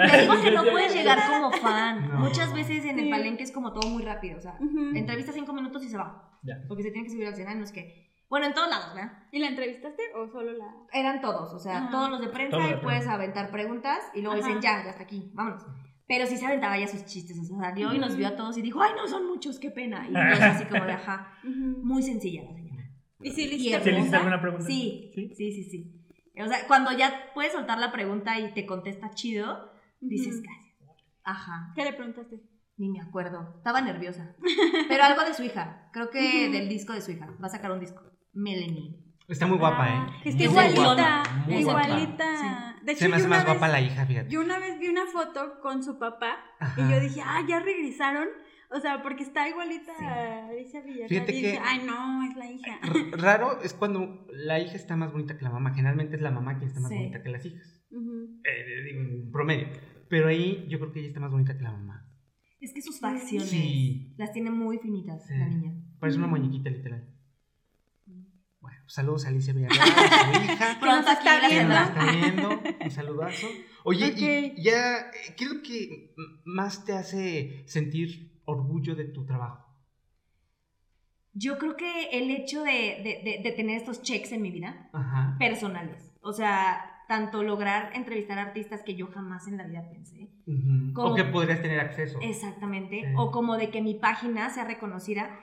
S3: ah,
S1: Te digo que no puedes llegar como fan.
S4: No.
S1: Muchas veces en el
S3: Sí. Mm.
S1: palenque es como todo muy rápido. O sea,
S3: ujú.
S1: entrevista cinco minutos y se va.
S2: Ya.
S1: Porque se tiene que subir al escenario. No es que. Bueno, en todos lados, ¿verdad?
S3: ¿Y la entrevistaste o solo la...?
S1: Eran todos, o sea,
S3: Ah.
S1: todos los de prensa
S2: Todos de
S1: y puedes
S2: prensa.
S1: aventar preguntas y luego
S3: Ajá.
S1: dicen ya, ya hasta aquí, vámonos. Pero sí se aventaba ya sus chistes, o sea, salió y nos
S3: Mm.
S1: vio a todos y dijo, ay, no, son muchos, qué pena. Y todos así como de, ajá,
S3: Ujú.
S1: muy sencilla la señora.
S3: ¿Y si le
S1: ¿Y
S3: hiciste
S1: el-
S2: ¿Sí le hiciste
S3: pregunta?
S2: alguna pregunta?
S1: Sí, sí,
S2: ¿Sí?
S1: sí, sí. O sea, cuando ya puedes soltar la pregunta y te contesta chido,
S3: Ujú.
S1: dices, gracias. Ajá,
S3: ¿Qué le preguntaste?
S1: ni me acuerdo, estaba nerviosa. Pero algo de su hija, creo que
S3: Ujú.
S1: del disco de su hija, va a sacar un disco, Melanie.
S4: Está muy guapa,
S3: Ah,
S4: ¿eh?
S3: Es que
S1: Muy
S3: igualita,
S1: guapa,
S4: muy
S3: igualita. De hecho,
S4: Se me hace
S3: yo una
S4: más guapa
S3: vez-
S4: la hija, fíjate.
S3: Yo una vez vi una foto con su papá
S4: Ajá.
S3: y yo dije, ah, ya regresaron. O sea, porque está igualita
S4: Sí.
S3: a Alicia Villarreal.
S4: Fíjate
S3: y
S4: que-
S3: dije, ay, no, es la hija.
S4: R- Raro es cuando la hija está más bonita que la mamá. Generalmente es la mamá quien está más
S1: Sí.
S4: bonita que las hijas.
S3: Ujú.
S4: Eh, digo, en promedio. Pero ahí yo creo que ella está más bonita que la mamá.
S1: Es que sus
S3: Sí.
S1: facciones
S4: Sí.
S1: las tiene muy finitas,
S4: Sí.
S1: la niña.
S4: Parece
S3: Mm.
S4: una muñequita, literal. Bueno, pues, saludos a Alicia Villarreal, a su hija.
S3: Que nos
S1: Pronto aquí
S3: está
S1: la
S4: que
S3: viendo.
S4: nos está viendo. Un saludazo. Oye,
S3: Ok.
S4: y ya, eh, ¿qué es lo que m- más te hace sentir orgullo de tu trabajo?
S1: Yo creo que el hecho de, de- de- de tener estos checks en mi vida
S4: Ajá.
S1: personales, o sea, tanto lograr entrevistar artistas que yo jamás en la vida pensé,
S4: Ujú.
S1: Como-
S4: O que podrías tener acceso.
S1: exactamente,
S4: Sí.
S1: o como de que mi página sea reconocida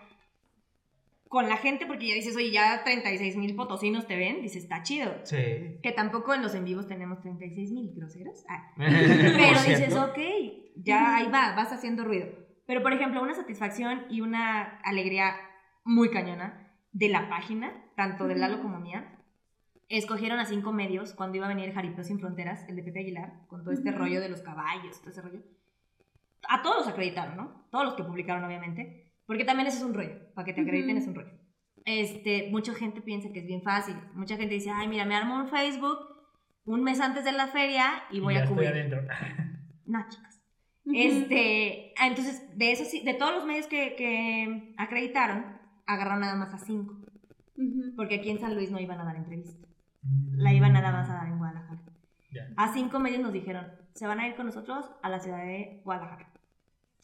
S1: con la gente, porque ya dices, oye, ya 36 mil potosinos te ven, dices, está chido.
S4: Sí.
S1: Que tampoco en los en vivos tenemos 36 mil groseros. Ah.
S4: Por
S1: Pero
S4: cierto.
S1: dices, ok, ya ahí va, vas haciendo ruido. Pero, por ejemplo, una satisfacción y una alegría muy cañona de la página, tanto de Lalo como mía. Escogieron a cinco medios cuando iba a venir Jaripeo Sin Fronteras, el de Pepe Aguilar, con todo este
S3: Ujú.
S1: rollo de los caballos, todo ese rollo. A todos los acreditaron, ¿no? Todos los que publicaron, obviamente. Porque también eso es un rollo. Para que te acrediten
S3: Ujú.
S1: es un rollo. este, mucha gente piensa que es bien fácil. Mucha gente dice, ay, mira, me armo un Facebook un mes antes de la feria y voy
S2: ya
S1: a
S2: estoy
S1: cubrir.
S2: adentro.
S1: No, chicas. Este, ah, entonces, de eso sí, de todos los medios que, que acreditaron, agarraron nada más a cinco.
S3: Ujú.
S1: Porque aquí en San Luis no iban a dar entrevista. La iban nada más a dar en Guadalajara.
S2: Mm. Ya.
S1: A cinco medios nos dijeron, se van a ir con nosotros a la ciudad de Guadalajara.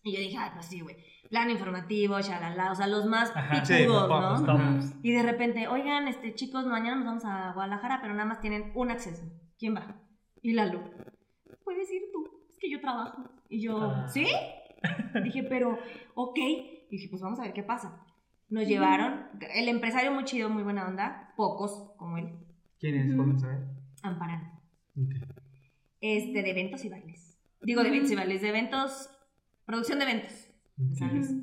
S1: Y yo dije, ah, pues sí, güey. Plan informativo, shalala, o sea, los más
S2: Ajá.
S1: picudos,
S4: Sí,
S1: ¿no?
S4: los
S2: pues,
S4: papos,
S2: Tops.
S1: Y de repente, oigan, este, chicos, mañana nos vamos a Guadalajara, pero nada más tienen un acceso. ¿Quién va? Y Lalo. Puedes ir tú, es que yo trabajo. Y yo,
S2: Ah.
S1: ¿sí? Dije, pero, ok. Y dije, pues vamos a ver qué pasa. Nos llevaron, el empresario muy chido, muy buena onda, pocos como él,
S4: ¿Quién es?
S3: Ujú.
S4: Vamos a ver.
S1: Amparán.
S4: Ok.
S1: Este, de eventos y bailes. Digo, de eventos y bailes, de eventos, producción de eventos. ¿Sabes?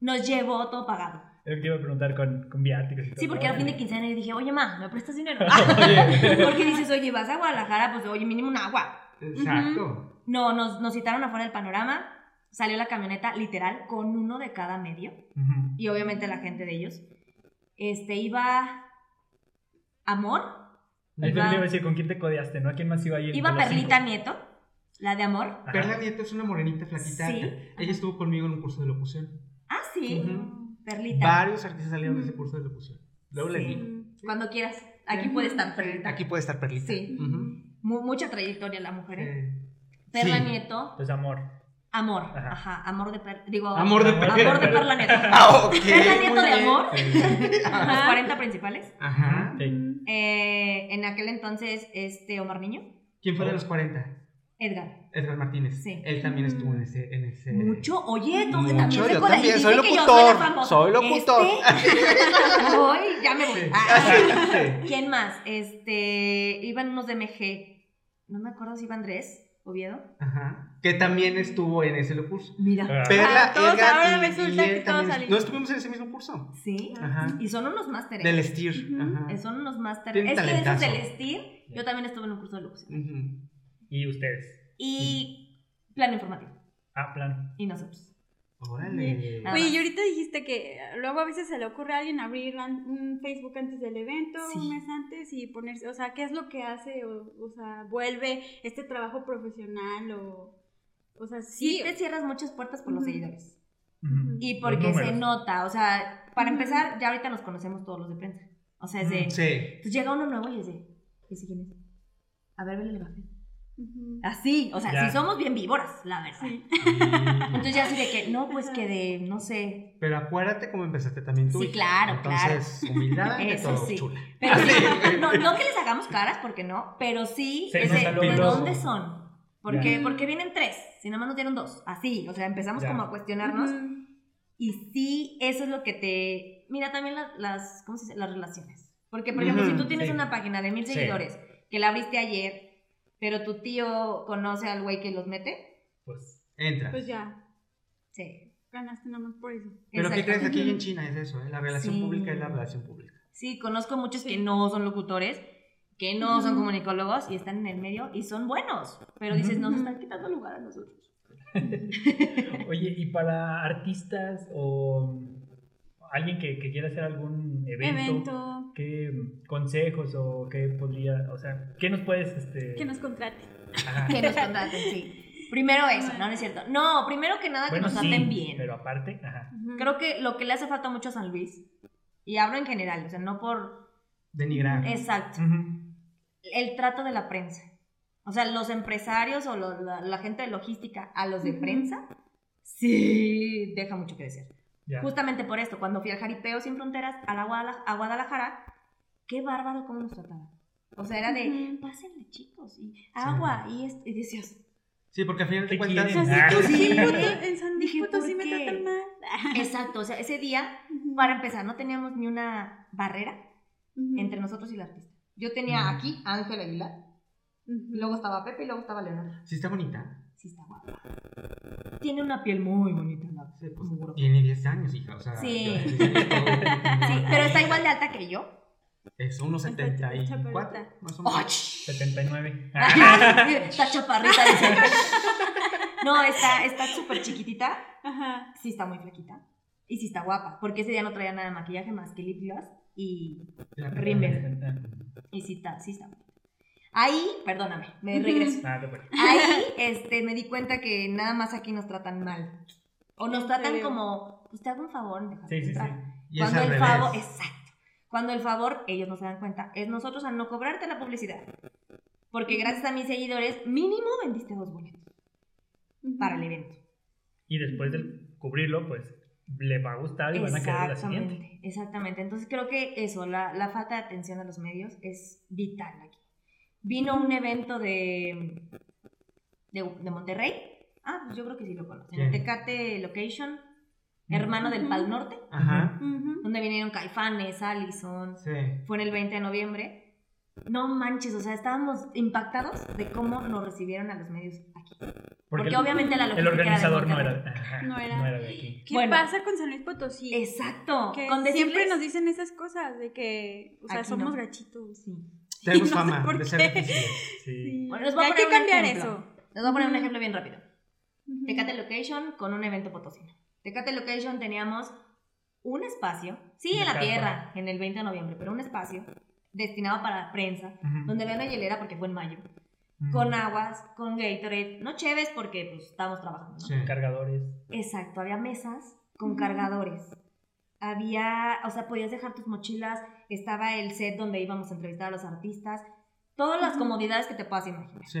S1: Nos llevó todo pagado.
S2: Yo te iba a preguntar con, con viáticos y todo.
S1: Sí, porque era fin de
S2: Órale.
S1: quincena y dije, oye, ma, ¿me prestas dinero?
S2: Oye.
S1: porque dices, oye, vas a Guadalajara, pues oye, mínimo un agua.
S4: Exacto.
S1: No, nos, nos citaron afuera del panorama, salió la camioneta literal con uno de cada medio
S2: Ujú.
S1: y obviamente la gente de ellos. Este iba Amor,
S2: Ahí te
S1: Iba-
S2: iba a decir con quién te codeaste, ¿no? ¿A quién más iba a ir?
S1: iba
S2: De los
S1: Perlita
S2: cinco.
S1: Nieto, la de Amor.
S2: Ajá.
S4: Perla Nieto es una morenita flaquita.
S1: Sí.
S4: Ella estuvo conmigo en un curso de locución.
S1: Ah, sí,
S4: Ujú.
S1: Perlita.
S4: Varios artistas salieron de ese curso de locución. Luego les
S1: Sí.
S4: digo.
S1: Cuando quieras, aquí puede estar Perlita.
S4: Aquí puede estar Perlita.
S1: Sí.
S4: Ujú.
S1: Mu- mucha trayectoria la mujer. ¿eh?
S4: Eh,
S1: Perla
S4: sí.
S1: Nieto,
S2: Pues amor.
S1: Amor.
S2: Ajá.
S1: Ajá, amor de Perla. Digo,
S4: Amor de
S2: Amor
S4: Perla.
S2: de
S1: Oh. Amor de Perla Nieto.
S4: Ah, ok.
S1: Perla Nieto
S4: muy
S1: de
S4: bien.
S1: Amor.
S4: Sí.
S1: Los 40 principales.
S4: Ajá.
S2: Sí.
S1: Eh, en aquel entonces, este Omar Niño,
S4: ¿Quién fue de los 40?
S1: Edgar.
S4: Edgar Martínez.
S1: Sí.
S4: Él también estuvo en ese. En ese...
S1: Mucho, oye, tú
S4: Mucho,
S1: también se
S4: yo
S1: cola- y
S4: también,
S1: dice
S4: soy
S1: que yo
S4: locutor,
S1: la famosa.
S4: soy locutor.
S1: Este- Voy, ya me voy.
S4: Sí.
S1: Ah,
S4: Sí.
S1: ¿Quién más? Este, iban unos de MG. No me acuerdo si iba Andrés, Oviedo.
S4: Ajá. Que también estuvo en ese curso.
S1: Mira.
S2: Ah,
S4: Perla,
S3: Ah, todos-
S4: Edgar
S3: ahora
S4: y-
S3: resulta
S4: y él
S3: que todos
S4: también-
S3: salimos.
S4: No estuvimos en ese mismo curso.
S1: Sí.
S4: Ajá.
S1: Y son unos másteres.
S4: Del Steer.
S3: Ujú.
S4: Ajá.
S1: Eh, Son unos másteres.
S4: Tienen
S1: Es que esos
S4: talentazo.
S1: del STIR, yo también estuve en un curso de locución.
S4: Ujú.
S2: Y ustedes.
S1: Y plan informativo.
S2: Ah, plan.
S1: Y nosotros.
S4: Órale.
S1: Ah.
S3: Oye, y ahorita dijiste que eh, luego a veces se le ocurre a alguien abrir an- un Facebook antes del evento,
S1: Sí.
S3: un mes antes y ponerse, o sea, ¿qué es lo que hace? O, o sea, vuelve este trabajo profesional o, o sea,
S1: Sí,
S3: sí.
S1: te cierras muchas puertas por los
S3: Ujú.
S1: seguidores.
S2: Ujú.
S1: Y
S2: Los
S1: porque se
S2: números.
S1: nota, o sea, para
S3: Ujú.
S1: empezar, ya ahorita nos conocemos todos los de prensa. O sea, es de.
S4: Mm, Sí.
S1: Entonces llega uno nuevo y es de. ¿Ese quién es? A ver, vele el café.
S3: Ujú.
S1: Así, o sea,
S2: Ya.
S1: sí somos bien víboras, la verdad.
S3: Sí.
S1: Entonces ya así de que, no, pues que de, no sé.
S4: Mm, Pero acuérdate cómo empezaste también tú.
S1: Sí,
S4: hija.
S1: claro,
S4: Entonces, humildad ante
S1: Eso
S4: todo,
S1: sí.
S2: Ah,
S4: chula.
S1: Pero sí,
S4: Sí.
S1: no, no que les hagamos caras, porque no, pero sí,
S2: Se
S1: es
S2: nos
S1: de,
S2: salió
S1: ¿de
S2: el ojo.
S1: dónde son?
S2: Ya.
S1: Porque, porque vienen tres, si nada más nos dieron dos. Así, o sea, empezamos
S2: Ya.
S1: como a cuestionarnos.
S3: Ujú.
S1: Y sí, eso es lo que te. Mira también la- las, ¿cómo se dice? las relaciones. Porque, por ejemplo,
S4: Ujú,
S1: si tú tienes
S2: sí.
S1: una página de mil
S2: Sí.
S1: seguidores que la abriste ayer, pero tu tío conoce al güey que los mete,
S2: Pues,
S4: Entra.
S3: Pues ya,
S1: sí.
S3: ganaste nada más por eso.
S4: Pero ¿qué
S1: exacto.
S4: crees? Aquí en China es eso, ¿eh? La relación
S1: Sí.
S4: pública es la relación pública.
S1: Sí, conozco muchos
S3: Sí.
S1: que no son locutores, que no son
S3: Ujú.
S1: comunicólogos y están en el medio y son buenos, pero dices, nos están quitando lugar a nosotros.
S2: oye, ¿y para artistas o alguien que, que quiera hacer algún evento,
S3: Evento,
S2: qué consejos o qué podría, o sea, qué nos puedes, este...
S3: que nos contrate.
S2: ajá.
S1: Que nos contraten, sí. Primero eso, no, no es cierto. No, primero que nada que
S2: Bueno,
S1: nos
S2: sí,
S1: traten bien.
S2: pero aparte, ajá.
S3: Ujú.
S1: Creo que lo que le hace falta mucho a San Luis, y hablo en general, o sea, no por...
S4: Denigrar.
S1: Eh, Exacto.
S2: Ujú.
S1: El trato de la prensa. O sea, los empresarios o lo- la, la gente de logística a los de
S3: Ujú.
S1: prensa, sí, deja mucho que desear.
S2: Ya.
S1: Justamente por esto, cuando fui al Jaripeo Sin Fronteras a, la Guadala- a Guadalajara, qué bárbaro cómo nos trataban. O sea, era de,
S3: Ujú.
S1: pásenle chicos, y agua, y, esto, y decías,
S4: Sí, porque al final
S2: ¿Qué
S4: de cuentas.
S3: O sea, sí,
S2: Ah.
S3: pues, sí,
S1: Sí.
S3: puto, en San Luis
S1: Dije,
S3: Potosí
S1: ¿por
S3: me
S1: qué?
S3: tratan mal.
S1: exacto, o sea, ese día, para empezar, no teníamos ni una barrera
S3: Ujú.
S1: entre nosotros y la artista. Yo tenía
S2: Ujú.
S1: aquí a Ángel Aguilar,
S3: Ujú.
S1: Y luego estaba Pepe y luego estaba Leonardo.
S4: Sí, está bonita.
S1: Sí, está guapa. Tiene una piel muy bonita, ¿no?
S4: Sí, pues,
S1: Muy guapa.
S4: tiene 10 años, hija. O sea,
S1: Sí.
S4: yo- Sí,
S1: Sí, pero está igual de alta que yo.
S4: Es unos
S3: Está
S4: 74,
S3: chaparrita.
S4: más o menos.
S1: ¡Oh, ch-
S2: 79.
S1: Ah, está chaparrita. dice. No, está está súper chiquitita.
S3: Ajá.
S1: Sí, está muy flaquita. Y si está guapa, porque ese día no traía nada de maquillaje más que lip gloss y,
S4: La-
S1: Rimmel. y sí está, sí está. Ahí, perdóname, me regreso.
S2: Ah, qué bueno.
S1: Ahí este, me di cuenta que nada más aquí nos tratan mal. O nos tratan
S3: serio?
S1: como, pues te hago un favor, déjame
S2: Sí, sí, sí.
S1: entrar.
S4: Y es
S1: Cuando
S4: al
S1: el
S4: revés.
S1: favor, exacto. Cuando el favor, ellos no se dan cuenta, es nosotros al no cobrarte la publicidad. Porque gracias a mis seguidores, mínimo vendiste dos boletos para el evento.
S2: Y después de cubrirlo, pues le va a gustar y van a querer la siguiente.
S1: Exactamente, exactamente. Entonces creo que eso, la, la falta de atención a los medios es vital aquí. Vino un evento de, de, de Monterrey. Ah, pues yo creo que sí lo conocen.
S4: ¿Quién?
S1: Tecate Location, hermano del Pal Norte,
S4: Ajá.
S3: Ujú.
S1: donde vinieron Caifanes, Allison,
S4: Sí.
S1: fue en el 20 de noviembre. No manches, o sea, estábamos impactados de cómo nos recibieron a los medios aquí. Porque
S2: el-
S1: obviamente la
S2: El
S1: logística era de
S2: organizador no era,
S1: Monterrey.
S2: ajá,
S3: No era.
S2: de aquí.
S3: ¿Qué
S1: Bueno.
S3: pasa con San Luis Potosí?
S1: Exacto.
S3: Que
S1: Con
S3: siempre
S1: decirles-
S3: nos dicen esas cosas de que, o sea,
S1: Aquí
S3: somos
S1: no.
S3: gachitos.
S1: Sí.
S4: Tenemos
S3: Y no sé
S4: fama
S3: por
S4: de ser
S3: qué.
S4: difíciles.
S2: Sí.
S1: Bueno, les voy a
S3: Hay
S1: poner
S3: que
S1: un
S3: cambiar
S1: ejemplo.
S3: eso.
S1: Les voy a poner un
S3: Ujú.
S1: ejemplo bien rápido. Tecate Location con un evento potosino. Tecate Location teníamos un espacio, sí,
S2: De
S1: en la
S2: casa.
S1: tierra, en el 20 de noviembre, pero un espacio destinado para prensa,
S2: Ujú.
S1: donde había una hielera porque fue en mayo,
S2: Ujú.
S1: con aguas, con Gatorade, no cheves porque pues estábamos trabajando, ¿no?
S4: Sí.
S2: Cargadores.
S1: Exacto, había mesas con
S3: Ujú.
S1: cargadores. Había, o sea, podías dejar tus mochilas, estaba el set donde íbamos a entrevistar a los artistas, todas las
S3: Ujú.
S1: comodidades que te puedas imaginar
S4: Sí.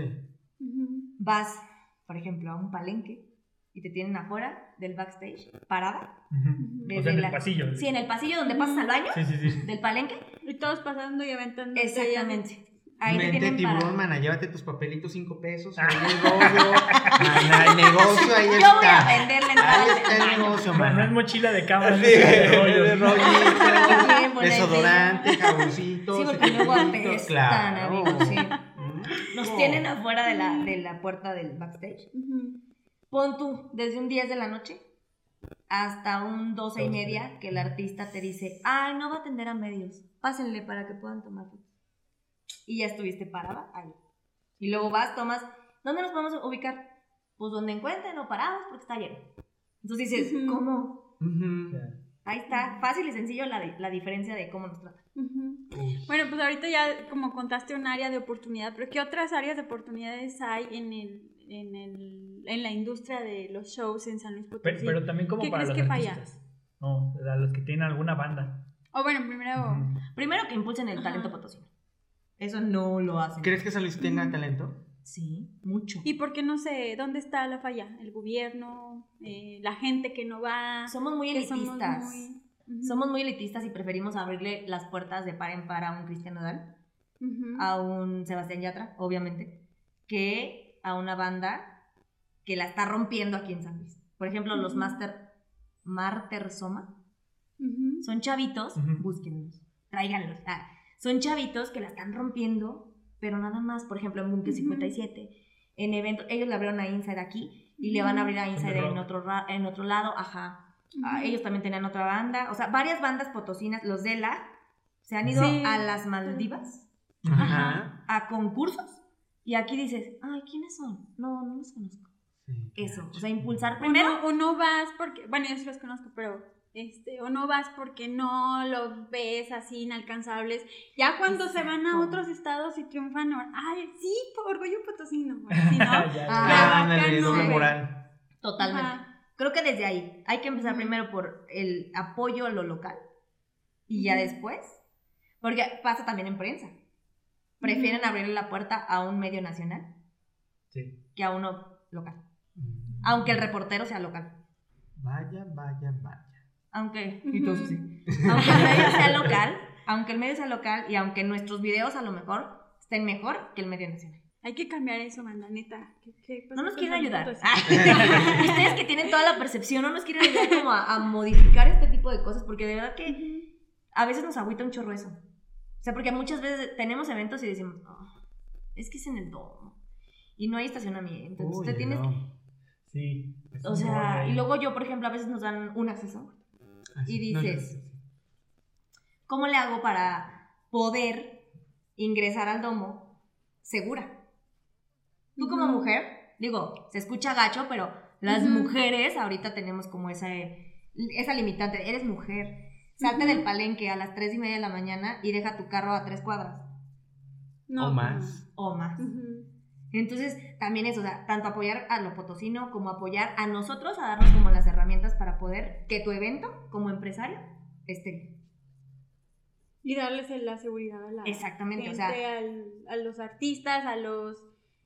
S3: Ujú.
S1: vas, por ejemplo, a un palenque y te tienen afuera del backstage, parada.
S2: Ujú.
S3: Ujú.
S2: O sea, en
S1: la-
S2: el pasillo.
S1: Sí, en el pasillo donde pasas al baño
S2: Sí, sí, sí.
S1: del palenque.
S3: Y todos pasando y aventando.
S1: Exactamente. Ahí te
S4: Mente
S1: tienen
S4: tiburón,
S1: parada.
S4: mana, llévate tus papelitos cinco pesos.
S2: Ah.
S4: Ahí el rollo. Mana, el negocio ahí
S1: Yo voy a
S4: está.
S1: vender la
S4: Ahí
S1: entrada del
S4: está el
S1: baño.
S4: negocio,
S2: No, no es
S4: mana.
S2: mochila de cámara,
S4: Sí,
S2: es de rollos.
S4: de rollo.
S1: Pero bien, pues,
S4: Desodorante,
S1: Sí,
S4: jaboncito.
S1: sí, porque luego
S4: cepillito,
S1: apestan,
S4: Claro.
S1: amigos, sí.
S4: Mm.
S1: Nos
S4: Oh.
S1: tienen afuera de la, de la puerta del backstage. Pon tú, desde un 10 de la noche hasta un 12 y media, que el artista te dice, ay, no va a atender a medios, pásenle para que puedan tomar fotos". Y ya estuviste parada ahí. Y luego vas, tomas, ¿dónde nos podemos ubicar? Pues donde encuentren o parados, porque está lleno. Entonces dices,
S3: Ujú.
S1: ¿cómo?
S4: Ujú.
S1: Ahí está, fácil y sencillo la, di- la diferencia de cómo nos tratan.
S3: Ujú.
S4: Uy.
S3: Bueno, pues ahorita ya como contaste un área de oportunidad, pero ¿qué otras áreas de oportunidades hay en el, en el, en la industria de los shows en San Luis
S2: Pe-
S3: Potosí?
S2: Pero, también como
S3: ¿Qué
S2: para
S3: crees
S2: los
S3: que falla?
S2: artistas. No, o sea, los que tienen alguna banda.
S3: O bueno, primero,
S2: Ujú.
S1: Primero que impulsen el
S3: Ajá.
S1: talento potosino. Eso no lo hacen.
S4: ¿Crees que San Luis
S1: Mm.
S4: tenga talento?
S1: Sí, mucho.
S3: ¿y por qué no sé dónde está la falla? ¿El gobierno? Eh, ¿La gente que no va?
S1: Somos muy
S3: que
S1: elitistas.
S3: somos muy- Ujú.
S1: Somos muy elitistas y preferimos abrirle las puertas de par en par a un Cristian Nodal,
S3: Ujú.
S1: a un Sebastián Yatra, obviamente, que a una banda que la está rompiendo aquí en San Luis. Por ejemplo, los
S3: Ujú.
S1: Master Marter Soma
S3: Ujú.
S1: son chavitos,
S2: Ujú.
S1: búsquenlos, tráiganlos. ah, son chavitos que la están rompiendo, pero nada más. Por ejemplo, en Bunker
S3: Ujú.
S1: 57, en eventos, ellos le abrieron a Inside aquí y le van a abrir a Inside
S2: rock.
S1: en otro, ra- en otro lado, ajá. Ah,
S3: Ujú.
S1: ellos también tenían otra banda. O sea, varias bandas potosinas, los de la, se han ido
S3: Sí.
S1: a las Maldivas,
S4: Ajá.
S1: a concursos. Y aquí dices, ay, ¿quiénes son? No, no los conozco.
S4: Sí.
S1: Eso, o sea, impulsar
S3: O
S1: primero.
S3: no, o no vas porque, bueno, yo sí los conozco, pero este, o no vas porque no los ves así inalcanzables. Ya cuando se van a
S1: Exacto.
S3: otros estados y triunfan, ahora, ay, sí, por orgullo potosino, bueno, sí, ¿no?
S2: Ya, ya.
S1: Ah,
S4: Ah, ándale,
S3: bacano,
S4: doble
S3: eh.
S4: moral.
S1: Totalmente.
S3: Ajá.
S1: Creo que desde ahí hay que empezar
S3: Ujú.
S1: primero por el apoyo a lo local y ya
S3: Ujú.
S1: después, porque pasa también en prensa. Prefieren abrirle la puerta a un medio nacional
S2: Sí.
S1: que a uno local, aunque el reportero sea local.
S4: Vaya, vaya, vaya.
S1: Aunque
S3: Ujú.
S4: Entonces,
S1: aunque el medio sea local, aunque el medio sea local y aunque nuestros videos a lo mejor estén mejor que el medio nacional.
S3: Hay que cambiar eso, banda, neta. ¿Qué- qué pasa
S1: No nos
S3: con
S1: quieren
S3: San Luis
S1: ayudar. Ah,
S3: Potosí?
S1: Ay, Ustedes que tienen toda la percepción, no nos quieren ayudar como a, a modificar este tipo de cosas, porque de verdad que
S3: Ujú.
S1: a veces nos agüita un chorro eso. O sea, porque muchas veces tenemos eventos y decimos, "Ah, es que es en el domo y no hay estacionamiento. Entonces,
S4: Uy,
S1: te tienes,
S4: no.
S2: Sí. es
S1: o
S2: un rollo
S1: sea,
S2: ahí.
S1: y luego yo, por ejemplo, a veces nos dan un acceso.
S4: Así,
S1: Y
S4: no,
S1: dices, ¿cómo le hago para poder ingresar al domo segura? Tú como
S3: Ujú.
S1: mujer, digo, se escucha gacho, pero las
S3: Ujú.
S1: mujeres ahorita tenemos como ese esa limitante, eres mujer. Salte
S3: Ujú.
S1: del palenque a las 3 y media de la mañana y deja tu carro a tres cuadras
S3: No,
S4: o más.
S1: o más.
S3: Ujú.
S1: Entonces, también eso, o sea, tanto apoyar a lo potosino como apoyar a nosotros a darnos como las herramientas para poder que tu evento como empresario esté.
S3: Y darles el- la seguridad a la
S1: Exactamente,
S3: gente,
S1: o sea,
S3: al- a los artistas, a los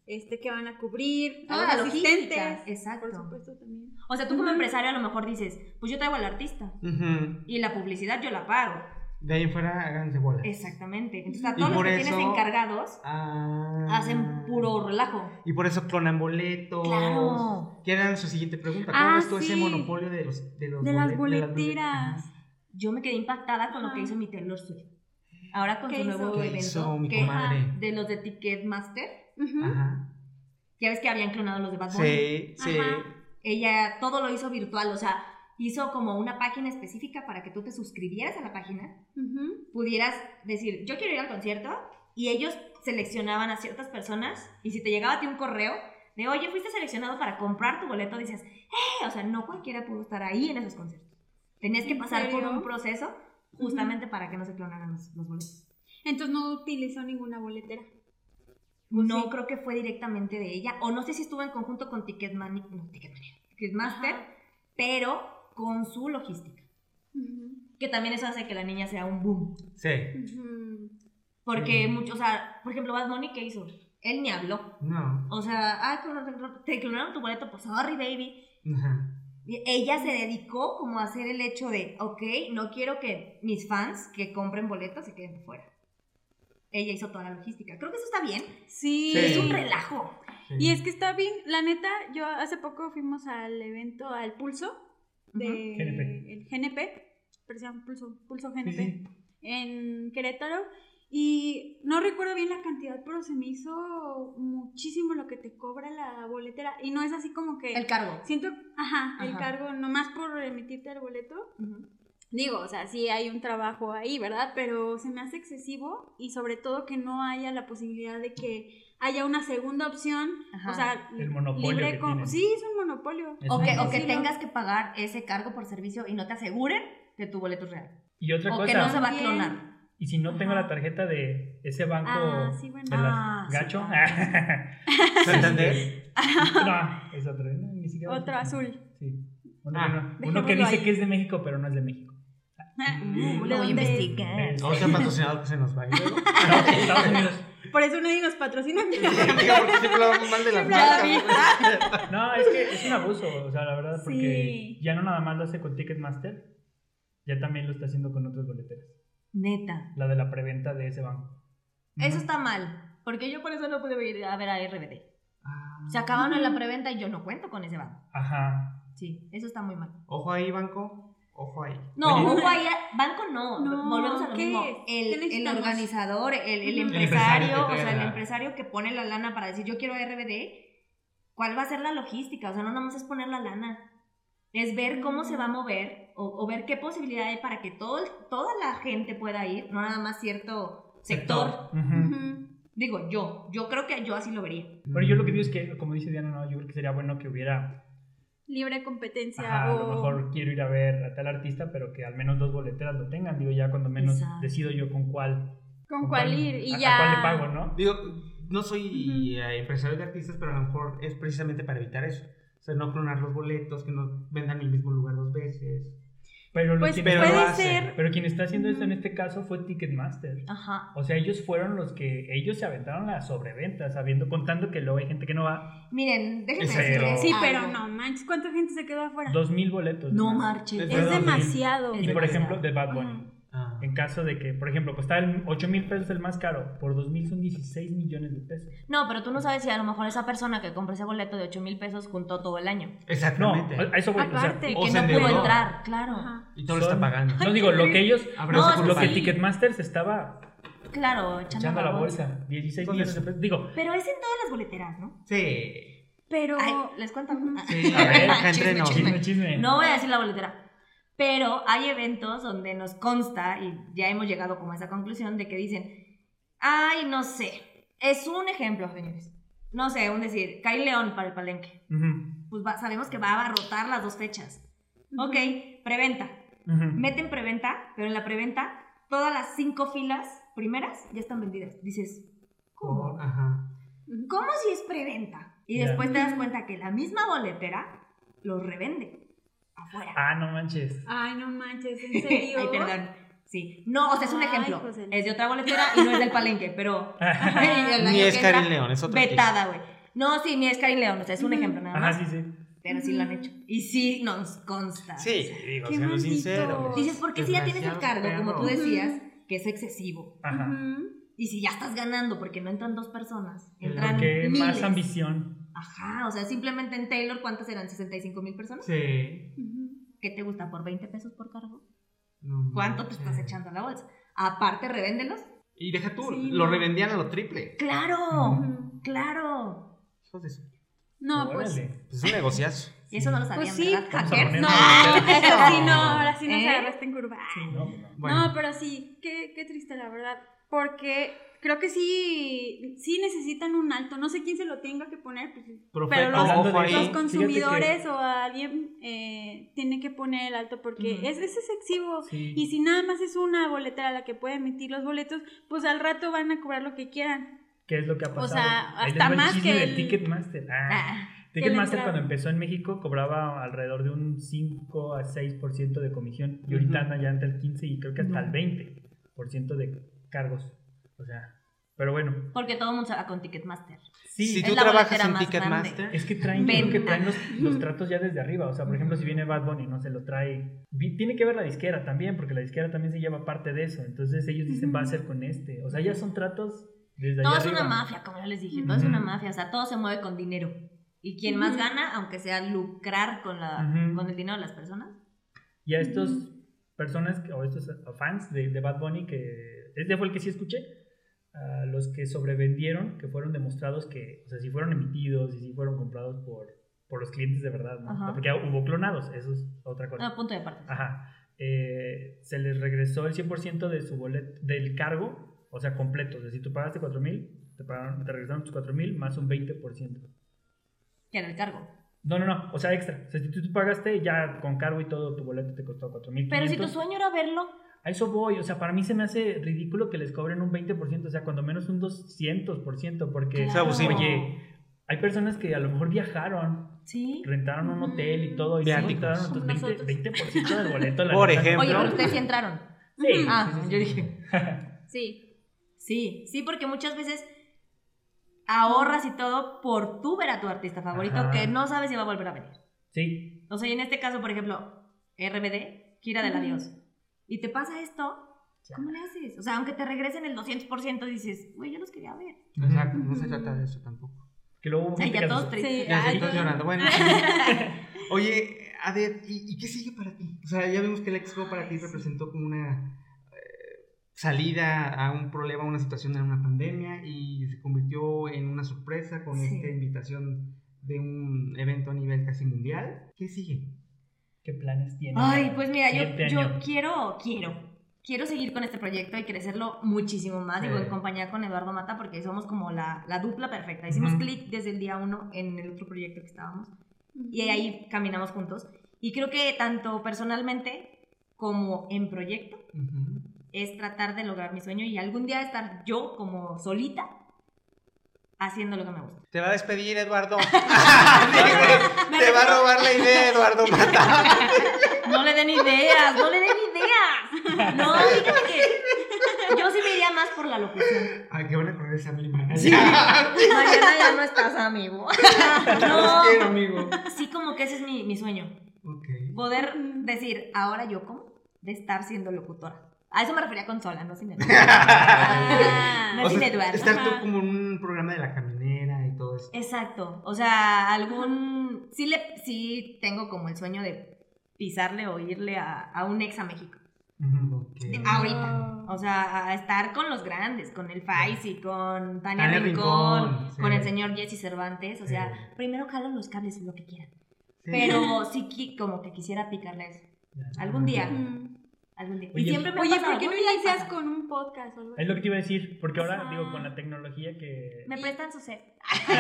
S3: este, que van a cubrir,
S1: toda
S3: a
S1: la
S3: los
S1: logística.
S3: asistentes. Por
S1: Exacto.
S3: supuesto también.
S1: O sea, tú como empresario a lo mejor dices, pues yo traigo al artista
S4: Ujú.
S1: y la publicidad yo la pago.
S4: De ahí en fuera háganse bolas.
S1: Exactamente. Entonces, a
S4: Y
S1: todos los
S4: por
S1: que tienes
S4: eso-
S1: encargados
S4: Ah.
S1: hacen puro relajo.
S4: Y por eso clonan boletos.
S1: Claro.
S4: ¿Qué era su siguiente pregunta? ¿Cómo
S3: Ah,
S4: ves tú ese
S3: sí.
S4: monopolio de los de, los
S3: De las
S4: bolet- de las
S3: boletiras.
S4: bolet-
S1: Yo me quedé impactada con lo que
S3: Ajá.
S1: hizo mi Taylor Swift. Ahora con
S3: ¿Qué
S1: su
S3: hizo?
S1: nuevo
S4: ¿Qué
S1: evento
S4: hizo mi
S1: que-
S4: comadre?
S1: de los de Ticketmaster.
S3: Ujú.
S4: Ajá.
S1: Ya ves que habían clonado los de Bad Bunny.
S4: Sí, sí.
S3: Mm. Ajá.
S1: Ella todo lo hizo virtual, o sea, hizo como una página específica para que tú te suscribieras a la página,
S3: Ujú.
S1: pudieras decir, yo quiero ir al concierto, y ellos seleccionaban a ciertas personas, y si te llegaba a ti un correo de, oye, fuiste seleccionado para comprar tu boleto, dices, ¡eh! O sea, no cualquiera pudo estar ahí en esos conciertos. Tenías que
S3: ¿En
S1: pasar por
S3: serio?
S1: un proceso justamente para que no se clonaran los, los boletos.
S3: Entonces no utilizó ninguna boletera. Pues
S1: No
S3: sí.
S1: creo que fue directamente de ella, o no sé si estuvo en conjunto con Ticketmani- no, Ticketmania, Ticketmaster,
S3: Ajá.
S1: pero con su logística.
S3: Ujú.
S1: que también eso hace que la niña sea un boom.
S4: Sí.
S3: Ujú.
S1: Porque
S4: Mm.
S1: muchos, o sea, por ejemplo, Bad Bunny, ¿qué hizo? Él ni habló.
S4: No.
S1: O sea, ah, clonaron- te clonaron tu boleto, pues sorry, baby.
S4: Ajá.
S1: Y ella se dedicó como a hacer el hecho de, ok, no quiero que mis fans que compren boletos se queden fuera. Ella hizo toda la logística. Creo que eso está bien.
S3: Sí.
S4: Sí.
S1: Es un relajo.
S4: Sí.
S3: Y es que está bien, la neta, yo hace poco fuimos al evento, al Pulso, de
S1: Ujú.
S2: GNP.
S3: el GNP, pero se llama Pulso, Pulso
S4: Sí,
S3: GNP,
S4: sí.
S3: en Querétaro, y no recuerdo bien la cantidad, pero se me hizo muchísimo lo que te cobra la boletera, y no es así como que...
S1: El cargo.
S3: Siento, ajá, el
S1: Ajá.
S3: cargo, nomás por emitirte el boleto.
S1: Ujú.
S3: Digo, o sea, sí hay un trabajo ahí, ¿verdad? Pero se me hace excesivo y sobre todo que no haya la posibilidad de que haya una segunda opción
S1: Ajá.
S3: o sea,
S2: El monopolio
S3: libre
S2: que
S3: con-
S2: tienen.
S3: Sí, es un monopolio.
S2: Es
S1: o que,
S2: un-
S1: o que
S3: Sí, no.
S1: tengas que pagar ese cargo por servicio y no te aseguren que tu boleto es real.
S2: Y otra
S1: O
S2: cosa,
S1: que no se va a
S3: También.
S1: clonar.
S2: y si no tengo
S3: Ajá.
S2: la tarjeta de ese banco
S3: Ah, sí, bueno.
S2: de las
S1: Ah, sí,
S2: gacho.
S1: claro.
S4: ¿Santander?
S2: no, es otro, no, ni siquiera
S3: Otro azul.
S2: Sí. Uno,
S4: Ah,
S2: que no- uno que
S3: dejémoslo
S2: dice
S3: ahí.
S2: que es de México, pero no es de México.
S4: Mm.
S1: Lo voy a
S3: ¿Dónde?
S1: investigar.
S4: O sea, patrocinador que se nos va. ¿eh?
S2: Estados Estados Unidos.
S3: Por eso no digo, patrocina mi
S4: Diga, porque siempre hablamos mal de las
S3: Siempre habla
S4: marcas.
S2: No, es que es un abuso, o sea, la verdad, porque
S3: Sí.
S2: ya no nada más lo hace con Ticketmaster, ya también lo está haciendo con otras boleteras.
S1: Neta.
S2: La de la preventa de ese banco.
S1: Eso
S2: Ujú.
S1: está mal. Porque yo por eso no pude ir a ver a RBD.
S4: Ah.
S1: Se acabaron en la preventa y yo no cuento con ese banco.
S2: Ajá.
S1: Sí, eso está muy mal.
S4: Ojo ahí, banco. Ojo ahí.
S1: No,
S4: Oye,
S1: ojo ahí, banco no.
S3: No,
S1: Volvemos a lo
S3: ¿qué
S1: mismo.
S3: es? ¿Qué
S1: El, el
S3: necesitamos?
S1: organizador, el, el
S3: Ujú.
S4: El
S1: empresario,
S4: empresario que
S1: o sea, el
S4: traiga.
S1: empresario que pone la lana para decir yo quiero RBD, ¿cuál va a ser la logística? O sea, no nomás es poner la lana. Es ver cómo se va a mover o, o ver qué posibilidad hay para que todo, el- toda la gente pueda ir, no nada más cierto sector.
S2: Ujú.
S1: Digo, yo, yo creo que yo así lo vería.
S2: Pero yo lo que digo es que, como dice Diana, no, yo creo que sería bueno que hubiera,
S3: Libre competencia
S2: ajá, a
S3: o...
S2: lo mejor quiero ir a ver a tal artista, pero que al menos dos boleteras lo tengan, digo, ya cuando menos
S1: Exacto.
S2: decido yo con cuál.
S3: con cuál ir y
S2: a-
S3: ya...
S2: A cuál le pago, ¿no?
S4: Digo, no soy eh, empresario de artistas, pero a lo mejor es precisamente para evitar eso. O sea, no clonar los boletos, que no vendan en el mismo lugar dos veces.
S2: Pero, lo
S3: Pues
S2: quien-
S4: pero lo
S3: puede
S4: hace.
S3: ser...
S2: pero quien está haciendo esto en
S3: Ujú.
S2: este caso fue Ticketmaster.
S1: Ajá.
S2: O sea, ellos fueron los que, ellos se aventaron la sobreventa, sabiendo, contando que luego hay gente que no va,
S1: Miren, déjenme
S4: Pero-
S1: decirles.
S3: Sí,
S1: algo.
S3: pero no manches, ¿cuánta gente se quedó afuera?
S2: dos mil boletos.
S1: No
S2: ¿no?
S1: marches.
S4: Es
S3: Es
S4: Fueron
S3: demasiado.
S2: Y por ejemplo, de Bad Bunny.
S3: Ajá.
S4: Ah.
S2: En caso de que, por ejemplo, costaba el 8 mil pesos el más caro, por 2 mil son 16 millones de pesos.
S1: No, pero tú no sabes si a lo mejor esa persona que compró ese boleto de 8 mil pesos juntó todo el año.
S2: No,
S4: Exactamente.
S2: a eso voy. o sea,
S3: Aparte.
S1: Y
S4: O
S1: que
S4: se
S1: no
S4: endeudó.
S1: pudo entrar, claro.
S3: Ajá.
S4: y todo lo está
S2: son-
S4: pagando.
S2: No digo, lo que ellos,
S4: Habrá
S1: No,
S4: esa
S1: es que
S2: lo que
S1: sí.
S2: Ticketmaster se estaba
S1: Claro, echando,
S2: echando a la bolsa, 16 millones de pesos. Digo,
S1: Pero es en todas las boleteras, ¿no?
S4: Sí.
S3: Pero...
S1: Ay, les cuento.
S3: Ujú.
S4: Sí,
S2: A
S4: a
S2: ver,
S4: ver, acá entre nos.
S1: chisme,
S2: chisme, chisme.
S1: No voy a decir la boletera. Pero hay eventos donde nos consta, y ya hemos llegado como a esa conclusión, de que dicen, ay, no sé. Es un ejemplo, señores. No sé, un decir, cae León para el palenque.
S2: Ujú.
S1: Pues va- sabemos que va a abarrotar las dos fechas. Ok, preventa.
S2: Ujú.
S1: Meten preventa, pero en la preventa todas las cinco filas primeras ya están vendidas. Dices, ¿cómo?
S4: Oh, ajá.
S1: ¿Cómo si es preventa? Y
S2: Ya.
S1: después te das cuenta que la misma boletera los revende afuera.
S2: Ah, no manches.
S3: Ay, no manches, en serio.
S1: Ay, perdón. Sí. No, o sea, es un
S3: Ay, pues
S1: ejemplo.
S3: José Luis.
S1: es de otra boletera y no es del palenque, pero. El año
S4: Ni
S1: que
S4: es
S1: entra,
S4: Karin León, es otra.
S1: Vetada, güey. No, sí, ni es Karin León, o sea, es un
S3: Ujú.
S1: ejemplo nada
S2: Ajá,
S1: más.
S2: sí, sí.
S1: Pero sí lo han hecho. Y sí nos consta.
S4: Sí, digo,
S3: Qué
S4: siendo
S3: maldito.
S4: sincero.
S1: Dices, ¿por qué si ya tienes el
S4: Desgraciado
S1: cargo, como tú
S4: perro.
S1: decías, que es excesivo?
S2: Ajá.
S3: Ujú.
S1: Y si ya estás ganando, porque no entran dos personas,
S4: El
S1: entran
S2: Porque más
S1: miles.
S2: ambición.
S1: Ajá, o sea, simplemente en Taylor, ¿cuántas eran? ¿65 mil personas?
S4: Sí.
S3: Ujú.
S1: ¿Qué te gusta? ¿Por 20 pesos por cargo?
S4: No
S1: ¿Cuánto te
S4: manches.
S1: estás echando a la bolsa? Aparte, revéndelos.
S4: Y deja tú,
S3: Sí,
S4: lo
S3: no.
S4: revendían a lo triple.
S1: ¡Claro!
S3: Ujú.
S1: ¡Claro!
S4: Hijos de su-
S3: No, pues.
S2: Órale.
S4: pues es un negociazo.
S1: Y eso no lo sabían,
S3: Pues sí.
S1: ¿verdad?
S2: Vamos a
S1: Hackers.
S2: poner-
S3: No,
S4: Ah,
S3: eso sí, no,
S4: no.
S3: ahora sí nos
S1: ¿Eh?
S3: agarraste en curva.
S2: No, pues no.
S3: No, pero sí, qué, qué triste la verdad, porque creo que sí, sí necesitan un alto, no sé quién se lo tenga que poner, pues,
S4: Profe,
S3: pero los-
S4: ojo
S2: Hablando de-
S4: ahí.
S3: los
S2: que-
S3: consumidores o alguien eh, tiene que poner el alto porque
S1: Ujú.
S3: es, es excesivo.
S2: Sí.
S3: Y si nada más es una boletera la que puede emitir los boletos, pues al rato van a cobrar lo que quieran.
S2: ¿Qué es lo que ha pasado?
S3: sea,
S2: Ahí les
S3: hasta
S2: va el
S3: más
S2: chisme
S3: que
S2: de
S3: el-
S2: Ticketmaster. Ah,
S1: Ah,
S3: que la
S2: Ticketmaster
S3: entrada.
S2: cuando empezó en México cobraba alrededor de un 5 a 6% de comisión. Y ahorita
S4: Ujú.
S2: anda ya entre el 15 y creo que hasta
S1: No.
S2: el 20% de cargos. O sea, pero bueno.
S1: porque todo el mundo se va con Ticketmaster.
S2: Sí,
S4: si
S1: es
S4: tú
S1: la
S4: trabajas
S1: boletera
S4: en
S1: más
S4: Ticketmaster,
S2: es que traen,
S1: Ven.
S2: creo que traen los, los tratos ya desde arriba. O sea, por ejemplo, si viene Bad Bunny, no se lo trae. Vi- tiene que ver la disquera también, porque la disquera también se lleva parte de eso. Entonces ellos dicen,
S3: Ujú.
S2: va a ser con este. O sea, ya son tratos desde
S1: Todo
S2: allá
S1: es una
S2: arriba.
S1: mafia, como ya les dije, todo es una
S2: Ujú.
S1: mafia, o sea, todo se mueve con dinero. Y quien más
S3: Ujú.
S1: gana, aunque sea lucrar con, la,
S2: Ujú.
S1: con el dinero de las personas.
S2: Y a estos
S3: Ujú.
S2: personas que- o estos a- fans de, de Bad Bunny que este fue el que sí escuché a los que sobrevendieron que fueron demostrados que o sea si fueron emitidos y si fueron comprados por, por los clientes de verdad ¿no?
S1: Ajá. Ah.
S2: porque hubo clonados eso es otra cosa
S1: No, punto de parte.
S2: ajá Eh, se les regresó el 100% de su boleto del cargo o sea completo o sea si tú pagaste 4000 te, pagaron- te regresaron tus 4000 más un 20%
S1: Que era el cargo.
S2: no, no, no, o sea, extra. O sea, si tú tú pagaste ya con cargo y todo, tu boleto te costó 4500.
S1: Pero si tu sueño era verlo,
S2: A eso voy, o sea, para mí se me hace ridículo que les cobren un 20%, o sea, cuando menos un 200%, porque,
S4: Es abusivo.
S2: oye, hay personas que a lo mejor viajaron,
S1: sí.
S2: rentaron un
S3: Ujú.
S2: hotel y todo, y se
S4: Viáticos.
S2: juntaron tus
S3: Como
S2: 20%,
S3: nosotros.
S2: 20 del boleto. la
S4: Por
S2: neta.
S4: ejemplo.
S1: Oye, pero
S4: ¿no?
S1: ustedes sí entraron.
S2: Sí,
S1: Ah,
S2: sí, sí, sí.
S1: yo dije.
S3: Sí.
S1: Ah, Sí, sí, porque muchas veces ahorras y todo por tú ver a tu artista favorito
S2: Ajá.
S1: que no sabes si va a volver a venir.
S2: Sí,
S1: O sea, y en este caso, por ejemplo, RBD, gira del
S3: Ujú.
S1: adiós. Y te pasa esto, ¿cómo le haces? O sea, aunque te regresen el 200%, dices, güey, yo los quería ver.
S4: Exacto, no se trata de eso tampoco.
S2: que luego hubo
S1: O sea,
S2: gente
S1: ya
S2: que
S1: todos
S2: nos-
S1: tristes.
S3: Sí.
S4: Ya sé,
S3: Ay,
S4: estás
S3: no.
S4: llorando. Bueno. Oye, Adet, ¿y, y qué sigue para ti? O sea, ya vimos que la expo para ti representó como una eh, salida a un problema, a una situación, a una pandemia y se convirtió en una sorpresa con
S1: Sí.
S4: esta invitación de un evento a nivel casi mundial. ¿Qué sigue?
S2: ¿Qué planes tienen?
S1: Ay, pues mira, yo,
S2: Siguiente
S1: yo
S2: año.
S1: quiero, quiero, quiero seguir con este proyecto y crecerlo muchísimo más,
S2: Sí.
S1: digo, en compañía con Eduardo Mata, porque somos como la, la dupla perfecta. Hicimos
S2: Ujú.
S1: clic desde el día uno en el otro proyecto que estábamos y ahí caminamos juntos. Y creo que tanto personalmente como en proyecto
S4: Ujú.
S1: es tratar de lograr mi sueño y algún día estar yo como solita haciendo lo que me gusta.
S4: Te va a despedir, Eduardo. Te va a robar la idea, Eduardo Mata.
S1: No le den ideas, no le den ideas. No, fíjate que yo sí me iría más por la locución.
S4: Ay, que van a correr esa misma.
S1: Sí. Mañana ya no estás, amigo.
S4: Los quiero,
S1: No.
S4: amigo.
S1: Sí, como que ese es mi, mi sueño.
S4: Ok.
S1: Poder decir, ahora yo como, de estar siendo locutora. A eso me refería con sola, no sin él.
S3: Ah,
S1: No tiene Eduardo.
S4: estar tú
S3: Ajá.
S4: como en un programa de la caminera y todo eso.
S1: Exacto. O sea, algún. Sí, le, sí tengo como el sueño de pisarle o irle a, a un ex a México.
S2: Ujú.
S4: Ok.
S1: De- Ahorita. O sea, a estar con los grandes, con el Faisy, con Tania,
S4: Tania
S1: Rincón,
S4: Rincón, sí.
S1: con el señor Jesse Cervantes. O
S4: Sí.
S1: sea, primero jalan los cables, lo que quieran.
S4: Sí.
S1: Pero sí qui- como que quisiera picarle a eso. Algún día.
S3: Mm.
S1: Algún día.
S2: Oye,
S1: y siempre me
S3: Oye,
S1: pasa,
S3: ¿por qué no
S1: algún día
S3: inicias
S1: pasa.
S3: con un podcast o algo así?
S2: Es lo que te iba a decir, porque ahora,
S3: Ajá.
S2: digo, con la tecnología que...
S1: Me prestan su set. su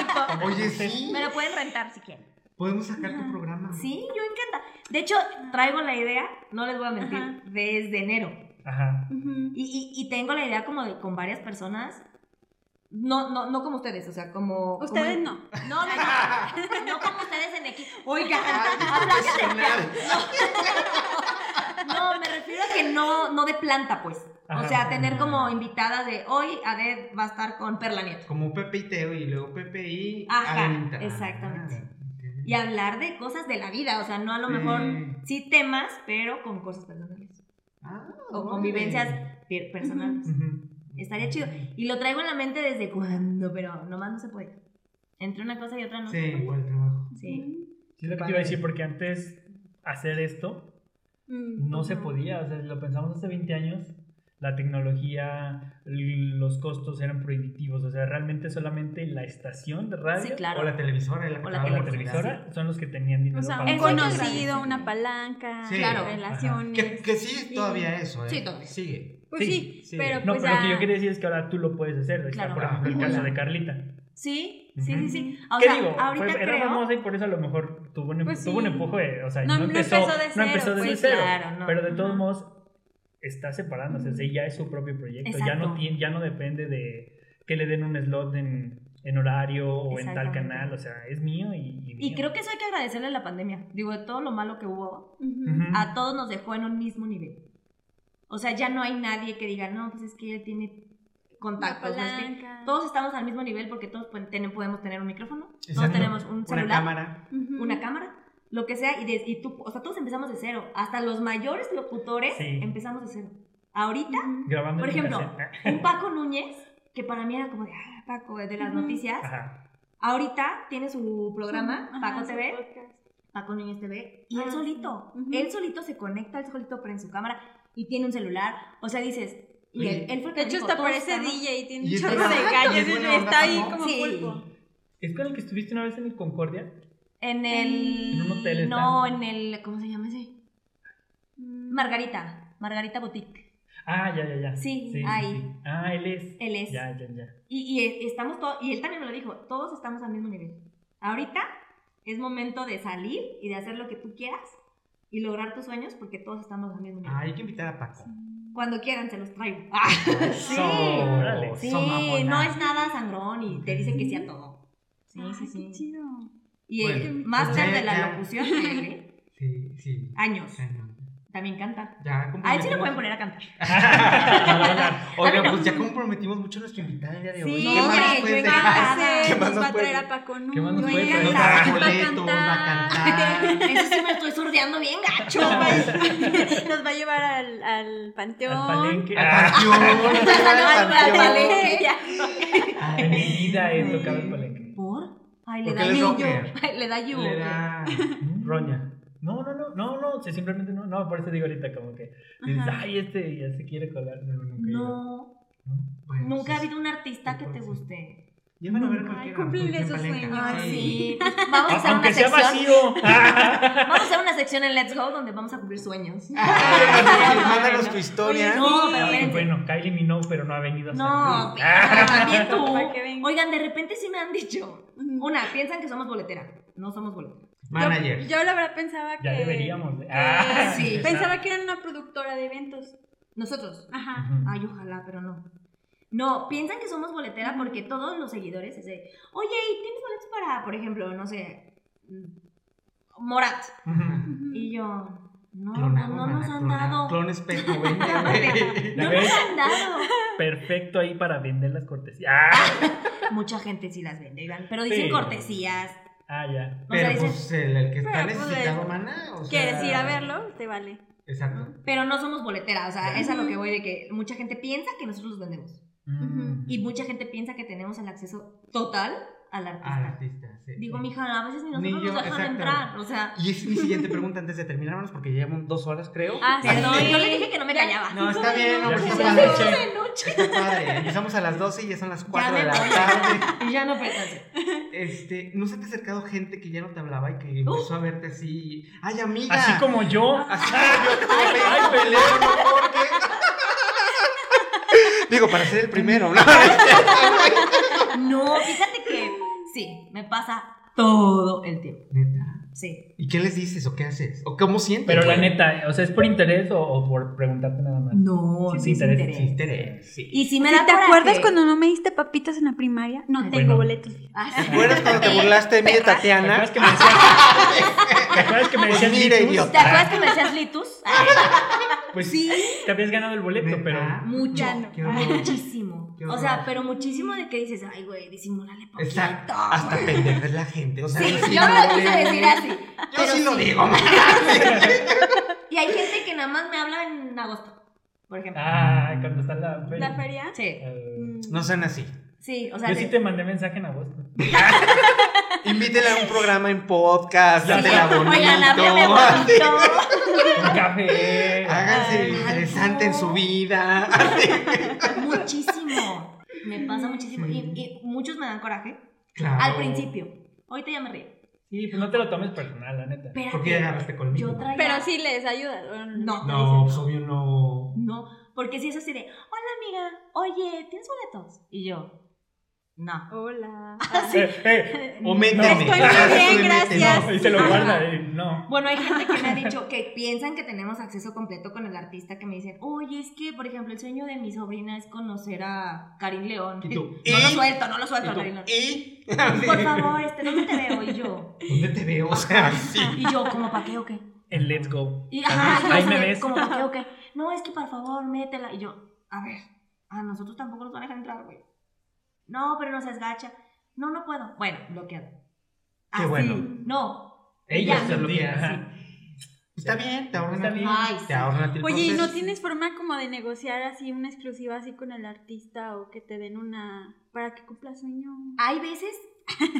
S1: equipo.
S4: Oye, sí.
S1: Me lo pueden rentar si quieren.
S4: Podemos sacar tu
S3: Ajá.
S4: programa. güey.
S1: Sí, yo encanta. De hecho, traigo la idea, no les voy a mentir,
S3: Ajá.
S1: desde enero.
S2: Ajá.
S3: Ujú.
S1: Y, y- y tengo la idea como de con varias personas. No, no, no como ustedes, o sea, como. como
S3: Ustedes
S1: en-
S3: no.
S1: No, no, no. No como ustedes en equipo. Oiga,
S4: Ay, qué
S3: pues,
S1: hablaste.
S4: profesional.
S1: No, me refiero a que no, no de planta, pues.
S2: Ajá.
S1: O sea, tener como invitadas de hoy, Adet va a estar con Perla Nieto.
S4: Como Pepe y Teo y luego Pepe y
S1: Ajá,
S4: Adelita.
S1: exactamente.
S4: Ah,
S1: Y hablar de cosas de la vida, o sea, no a lo
S4: Sí.
S1: mejor sí temas, pero con cosas personales.
S4: ok.
S1: O
S4: Ah,
S1: convivencias
S4: órale.
S1: per- personales.
S2: Ujú.
S1: Estaría chido. Y lo traigo en la mente desde cuando, pero nomás no se puede. Entre una cosa y otra no
S4: Sí,
S1: se puede.
S4: igual trabajo.
S1: Sí.
S2: Sí, es lo que te iba a decir, porque antes hacer esto
S3: Mm.
S2: no se
S1: Ujú.
S2: podía, o sea, lo pensamos hace 20 años, la tecnología, l- los costos eran prohibitivos, o sea, realmente solamente la estación de radio
S1: Sí, claro.
S4: O la televisora. La que
S1: O
S2: o
S1: la
S4: te daba
S2: la
S4: oportunidad.
S2: televisora son los que tenían dinero
S3: O sea,
S2: para
S3: un
S1: Eso hay que
S2: pagar.
S3: conocido,
S1: agradecerle.
S3: una palanca,
S4: Sí.
S1: Claro.
S3: relaciones.
S4: Que, que sí,
S3: Sí.
S4: todavía eso, ¿eh?
S1: Sí, todavía.
S4: Sigue.
S3: Pues sí,
S2: Sí,
S4: sí.
S3: pero
S2: No,
S3: pues
S2: pero lo
S3: ya-
S2: que yo quería decir es que ahora tú lo puedes hacer, está,
S1: Claro.
S2: por ejemplo, el
S4: Ajá.
S2: caso de Carlita.
S1: Sí, sí, sí, sí. O
S2: ¿Qué
S1: sea,
S2: digo? Fue-
S1: ahorita
S2: era
S1: creo.
S2: famosa y por eso a lo mejor tuvo un, em-
S3: Pues
S2: tuvo un
S3: sí.
S2: empuje, o sea, no,
S3: No, no
S2: empezó,
S3: empezó de
S2: no empezó
S3: cero,
S2: desde
S3: pues,
S2: cero,
S1: claro, no.
S2: pero de todos
S3: Ajá.
S2: modos está separándose, o sea, ya es su propio proyecto, ya
S1: Exacto.
S2: no, tiene, ya no depende de que le den un slot en, en horario o en tal
S1: Exactamente.
S2: canal, o sea, es mío y,
S1: Y creo que eso hay que agradecerle a la pandemia. Digo, de todo lo malo que hubo,
S3: Ujú.
S1: a todos nos dejó en un mismo nivel. O sea, ya no hay nadie que diga, no, pues es que él tiene
S3: Una
S1: contactos. no es que-".
S3: palanca.
S1: Todos estamos al mismo nivel porque todos pueden- ten- podemos tener un micrófono, todos
S4: Exacto.
S1: tenemos un
S4: Una
S1: celular,
S4: cámara.
S3: Ujú.
S1: una cámara, lo que sea. Y, de- y tú, o sea, todos empezamos de cero. Hasta los mayores locutores
S2: Sí.
S1: empezamos de cero. Ahorita,
S3: Ujú.
S2: grabando
S1: por
S2: en mi
S1: ejemplo,
S2: casa. Ah,
S1: un Paco Núñez, que para mí era como de, ah, Paco, de las
S3: Ujú.
S1: noticias,
S2: Ajá.
S1: ahorita tiene su programa,
S3: Ajá,
S1: Paco
S3: su
S1: TV.
S3: podcast.
S1: Paco Núñez TV, este y
S3: Ah,
S1: él
S3: sí.
S1: solito,
S3: Ujú.
S1: él solito se conecta, él solito prende su cámara y tiene un celular, o sea, dices, y él, él fue el que
S3: De hecho,
S1: dijo,
S3: hasta
S1: "Todos
S3: parece
S1: estamos-".
S3: DJ, tiene
S4: Y
S3: un
S4: es
S3: chorro
S1: buena
S3: de
S1: onda,
S3: gallos,
S4: y es buena
S3: está
S4: onda,
S3: ahí
S4: ¿no?
S3: como
S1: Sí.
S3: pulpo.
S2: ¿Es con el que estuviste una vez en el Concordia?
S1: En el...
S2: En un hotel está.
S1: no, en el, ¿cómo se llama ese?
S3: Mm.
S1: Margarita, Margarita Boutique,
S2: Ah, ya, ya, ya.
S1: Sí, ahí.
S2: Ah, él es.
S1: él es,
S2: Ya, ya, ya.
S1: y, y estamos todos, y él también me lo dijo, todos estamos al mismo nivel, ahorita es momento de salir y de hacer lo que tú quieras y lograr tus sueños porque todos estamos al mismo nivel.
S4: Ah, hay que invitar a Paco.
S1: Cuando quieran se los traigo. Ah, sí.
S4: Eso,
S2: Órale.
S1: Sí,
S4: eso, mamona.
S1: no es nada sangrón y te dice que sí a todo. Sí,
S3: Ay,
S1: sí,
S3: qué
S1: sí.
S3: chido.
S1: Y eh, el
S4: Bueno,
S1: máster
S4: pues ya-
S1: de la
S4: ya. Eh.
S1: locución, él, ¿eh?
S4: Sí, sí.
S1: años,
S4: Cañón.
S1: también canta.
S4: Ya
S1: A él sí
S4: comprometimos-
S1: lo pueden poner a cantar.
S4: Oigan, pues ya comprometimos mucho a nuestra invitada el día de hoy.
S1: Sí,
S4: pues, ¿Qué más
S1: hombre, yo encantada.
S3: Va a ser,
S4: nos puedes dejar? ¿Qué más
S3: nos
S4: nos
S3: va a
S4: puede-
S3: traer a Paco
S2: qué más nos
S3: Núñez,
S2: puede traer?
S4: Nos
S3: va
S4: va a
S3: a
S4: dar boletos, va a cantar.
S1: Eso sí me estoy sordeando bien gacho.
S3: Nos va a- nos va a llevar al, al panteón.
S2: Al palenque.
S4: Al
S2: Ah,
S4: panteón, nos va a llevar al
S1: Al
S4: panteón.
S1: palenque.
S2: en mi
S4: Ay,
S2: vida he tocado el palenque.
S1: ¿Por? Ay, le
S4: Porque
S1: da
S4: él es
S1: yugo.
S4: rocker.
S1: Ay, Le da yugo.
S4: le da-
S2: Roña. No, no, no, no, no, sí, simplemente no, no, por eso digo ahorita como que dices,
S3: Ajá.
S2: ay, este ya se quiere colar, no, nunca he ido.
S1: No,
S4: Bueno,
S1: nunca ha
S4: sí, sí.
S1: habido un artista que te guste.
S4: Llévalo a ver a
S3: Ay,
S4: cualquiera,
S3: cúmplele
S4: cualquier
S3: sus
S4: palenca.
S3: sueños.
S1: Ay,
S3: Ay,
S1: sí. Pues Vamos a hacer una
S2: Aunque sea
S1: sección.
S2: vacío. Ah,
S1: Vamos a hacer una sección en Let's Go donde vamos a cumplir sueños.
S4: Ah, Ay, Mándanos tu historia.
S1: No,
S3: Sí.
S1: pero
S2: Ay,
S1: espérense.
S2: bueno, Kylie Minogue, pero no ha venido a San
S1: No,
S2: Luis.
S1: pero también
S3: Para que venga.
S1: tú. Oigan, de repente sí me han dicho.
S3: Ujú.
S1: Una, piensan que somos boletera. No somos boletera.
S4: Manager.
S3: Yo, yo la verdad pensaba que.
S2: Ah, Ya deberíamos. de-
S3: que-
S2: Ah,
S1: sí,
S2: empezar.
S3: Pensaba que era una productora de eventos.
S1: Nosotros.
S3: Ajá.
S2: Ujú.
S1: Ay, ojalá, pero no. No, piensan que somos boletera porque todos los seguidores es de, oye, ¿y tienes boletos para, por ejemplo, no sé, mm, Morat?
S2: Ujú.
S3: Ujú.
S1: Y yo, no,
S4: Clonado,
S1: no, no nos
S4: mana,
S1: han
S4: clonado.
S1: dado.
S4: Clones P90, güey.
S2: ¿La
S1: No
S2: ves?
S1: nos han dado.
S2: Perfecto ahí para vender las cortesías. Ah,
S1: Mucha gente sí las vende, Iván, pero dicen
S2: Sí.
S1: cortesías.
S2: ah, ya.
S1: O sea,
S4: Pero
S1: dicen,
S4: pues el, el que está
S3: Pero, pues,
S4: necesitado,
S3: el-
S4: mana. o sea-
S3: ¿Quieres ir a verlo? Te vale.
S4: Exacto.
S1: Pero no somos boletera, o sea, es a lo que
S3: Ujú.
S1: voy de que mucha gente piensa que nosotros los vendemos.
S2: Mm.
S1: Y mucha gente piensa que tenemos el acceso total al
S2: Ah,
S1: artista.
S4: Al artista, sí.
S1: Digo, mija, a veces ni nosotros
S4: Ni yo,
S1: nos dejan
S4: exacto.
S1: entrar. O sea,
S4: Y es mi siguiente pregunta antes de terminar, hermanos, porque llevamos dos horas, creo.
S3: Ah, sí.
S1: perdón,
S3: Sí.
S1: yo le dije que no me callaba.
S4: No, está bien,
S2: Ya
S4: hombre,
S2: se
S4: está
S2: hizo
S4: padre.
S2: noche.
S1: de noche.
S4: Está padre. Empezamos a las 12 y ya son las 4
S1: me
S4: de la
S1: voy.
S4: tarde.
S1: Y ya no pensé.
S4: Este, ¿no se te ha acercado gente que ya no te hablaba y que
S1: Uh.
S4: empezó a verte así? ¡Ay, amiga!
S2: Así como yo.
S4: Así como yo te voy a pegar tu teléfono, porque- Digo, para ser el primero, ¿no?
S1: No, fíjate que sí, me pasa todo el tiempo.
S4: Neta.
S1: Sí.
S4: ¿Y qué les dices o qué haces? ¿O cómo sientes?
S2: Pero la
S4: güey?
S2: neta, o sea, ¿es por interés o, o por preguntarte nada más?
S1: No, sí,
S2: Sí, sí,
S1: es
S2: interés,
S1: interés.
S2: eh,
S4: Sí, interés, sí.
S1: Y si me
S3: ¿Sí
S1: da
S3: ¿Te
S1: coraje.
S3: acuerdas cuando no me diste papitas en la primaria? No
S1: Bueno.
S3: tengo boletos.
S1: Ah,
S4: ¿Te
S1: sí.
S4: acuerdas cuando te burlaste de mí de
S1: Perra.
S2: ¿Te acuerdas
S4: Tatiana?
S2: que me decías? ¿Te acuerdas que me
S4: Pues
S2: decías?
S4: mira,
S2: litus?
S4: idiota.
S1: ¿Te acuerdas que me decías litus?
S2: Pues sí.
S1: Sí,
S2: Te habías ganado el boleto,
S4: ¿Neta?
S2: pero.
S1: mucho.
S4: No, qué horror.
S1: Muchísimo.
S4: Qué
S1: O
S4: horror.
S1: sea, pero muchísimo de que dices, ay, güey, disimúlale poquito.
S4: Exacto. Hasta pendeja es la gente. O sea,
S1: Sí,
S4: yo
S1: yo no lo quise decir así.
S4: Yo
S1: pero
S4: sí lo
S1: sí.
S4: digo, man.
S1: Y hay gente que nada más me habla en agosto, por ejemplo.
S2: Ah, cuando está la feria.
S3: ¿La feria?
S1: Sí,
S2: Eh,
S3: Mm.
S4: No sean así.
S1: sí, o sea,
S2: Yo
S1: de-
S2: sí te mandé mensaje en agosto.
S4: Invítela a un programa en podcast,
S1: Sí.
S4: dátela bonito.
S1: Oigan, háblame bonito.
S2: Un café.
S4: Háganse
S3: Ay,
S4: interesante en
S1: no.
S4: su vida. Así.
S1: Muchísimo. Me pasa muchísimo. Y, y muchos me dan coraje.
S4: Claro.
S1: Al principio. Ahorita ya me río.
S2: Sí, pues no te lo tomes personal, la neta.
S1: Espérate.
S4: ¿Por qué agarraste conmigo?
S1: Yo traía-
S3: Pero sí les ayuda. ¿o
S1: No.
S4: No, pues obvio no.
S1: No, porque si es así de, hola amiga, oye, ¿tienes boletos? Y yo, no.
S3: Hola.
S2: Eh, eh,
S4: O méteme.
S3: Estoy muy bien,
S4: Tú méteme.
S3: gracias.
S2: no, y se lo
S1: Ajá.
S2: guarda. y no.
S1: Bueno, hay gente que me ha dicho que piensan que tenemos acceso completo con el artista, que me dicen, oye, es que, por ejemplo, el sueño de mi sobrina es conocer a Karim León.
S4: ¿Y tú?
S1: No lo
S4: ¿Y?
S1: suelto, no lo
S4: Y
S1: suelto a
S4: tú,
S1: Karim León.
S4: ¿Y?
S1: Por favor, este, ¿dónde te veo? Y yo,
S4: ¿Dónde te veo? O sea, sí.
S1: y yo, ¿como pa' qué o qué?
S2: El let's go.
S1: Y, ajá, yo
S2: Ahí
S1: así
S2: me
S1: de,
S2: ves.
S1: ¿como pa' qué o qué? No, es que por favor, métela. Y yo, a ver, a nosotros tampoco nos van a dejar entrar, güey. No, pero nos desgacha. No, no puedo. Bueno, bloqueado.
S4: Qué
S1: Así.
S4: bueno.
S1: No.
S2: Ella
S1: Ella.
S2: se lo pide.
S4: Está bien, te ahorran
S2: Está
S4: a ti.
S2: bien.
S1: Ay, sí.
S4: Te ahorran a ti el
S3: Oye, ¿y no
S4: proceso.
S3: tienes forma como de negociar así una exclusiva así con el artista o que te den una para que cumpla sueño?
S1: Hay veces,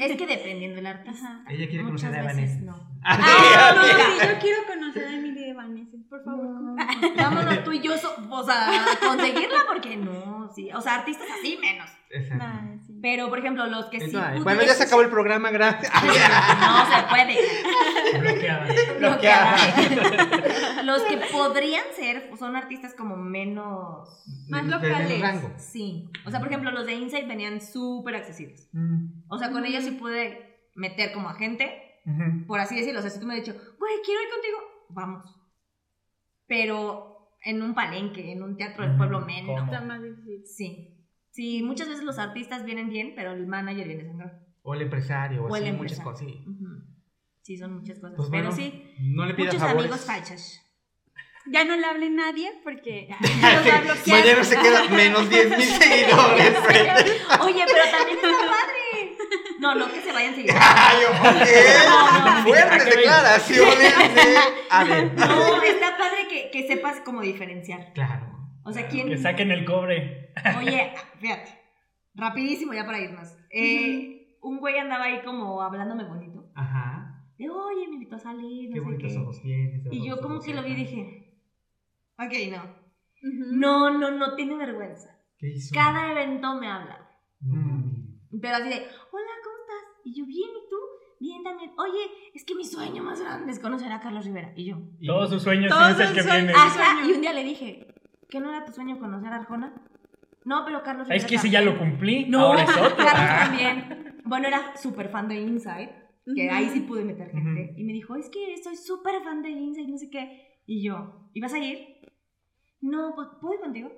S1: es que dependiendo del artista.
S3: Ajá.
S4: Ella quiere
S1: Muchas
S4: conocer a
S1: veces
S4: Vanessa.
S1: no.
S4: Así,
S3: Ah, no,
S4: así.
S3: sí, yo quiero conocer a Emily de Vanessa, por favor.
S1: Vámonos tú y yo, so- o sea, conseguirla porque no, sí. O sea, artistas así menos.
S4: Exacto.
S3: Nah, Ah, sí.
S1: Pero, por ejemplo, los que sí.
S4: Eso, ay,
S1: pudieses-
S4: Bueno, ya se acabó el programa, gracias.
S1: No se puede.
S2: Bloqueada.
S1: Bloqueada. Los que podrían ser pues, son artistas como menos.
S3: Más
S4: Del- del
S3: locales.
S4: rango.
S1: Sí. O sea, por ejemplo, los de Insight venían súper accesibles.
S2: Mm,
S1: O sea, con ellos sí pude meter como a gente,
S2: Ujú.
S1: por así decirlo. O sea, si tú me has dicho, güey, quiero ir contigo, vamos. Pero en un palenque, en un teatro del pueblo,
S2: Ujú,
S1: menos.
S2: ¿cómo?
S3: Está más difícil.
S1: Sí. Sí, muchas veces los artistas vienen bien, pero el manager viene sangrón.
S4: O el empresario, o
S1: O el
S4: así, muchas
S1: empresario.
S4: cosas. sí.
S1: Ujú. Sí, son muchas cosas.
S4: Pues
S1: pero
S4: bueno,
S1: sí,
S4: No le pidas
S1: muchos
S4: favores.
S1: amigos fachas.
S3: Ya no le hable nadie porque ah, ya los va a
S4: Sí,
S3: bloquear.
S4: Mañana se queda menos 10 mil seguidores. güey.
S1: Oye, pero también está padre. No, no que se vayan seguido.
S4: Ay,
S1: No,
S4: ok.
S1: no.
S4: Fuertes declaraciones. ¿eh? A ver.
S1: No, está padre que, que sepas cómo diferenciar.
S4: Claro.
S1: O sea,
S2: Que
S1: quién.
S2: saquen el cobre.
S1: Oye, fíjate. Rapidísimo ya para irnos. Eh, un güey andaba ahí como hablándome bonito.
S4: Ajá.
S1: De, oye, me invitó a salir, no
S4: Qué
S1: sé
S4: bonitos
S1: qué.
S4: ojos tienes.
S1: Y yo
S4: hermosos
S1: como
S4: ojos
S1: que lo vi y
S4: tienes.
S1: dije, ok, no.
S3: Ujú.
S1: No, no, no tiene vergüenza.
S4: ¿Qué hizo?
S1: Cada Mm. evento me habla.
S4: No, mami.
S1: Pero así de, hola, ¿cómo estás? Y yo, bien, ¿y tú? Bien también. Oye, es que mi sueño más grande es conocer a Carlos Rivera. Y yo,
S4: Y-
S2: Todos sus sueños
S3: Todos
S2: es el
S3: sus
S2: que
S3: sueños.
S2: viene.
S3: Ah,
S1: ajá.
S3: sueño.
S1: Y un día le dije, ¿qué no era tu sueño conocer a Arjona? No, pero Carlos Rivera.
S2: Ah, Es que si ya
S1: también".
S2: lo cumplí,
S1: No,
S2: ahora es otro. Ah.
S1: Carlos también. Bueno, era súper fan de Inside, que
S3: Ujú.
S1: ahí sí pude meter gente.
S4: Ujú.
S1: Y me dijo, es que soy súper fan de Inside, no sé qué. Y yo, ¿y vas a ir? No, pues, ¿puedo ir contigo?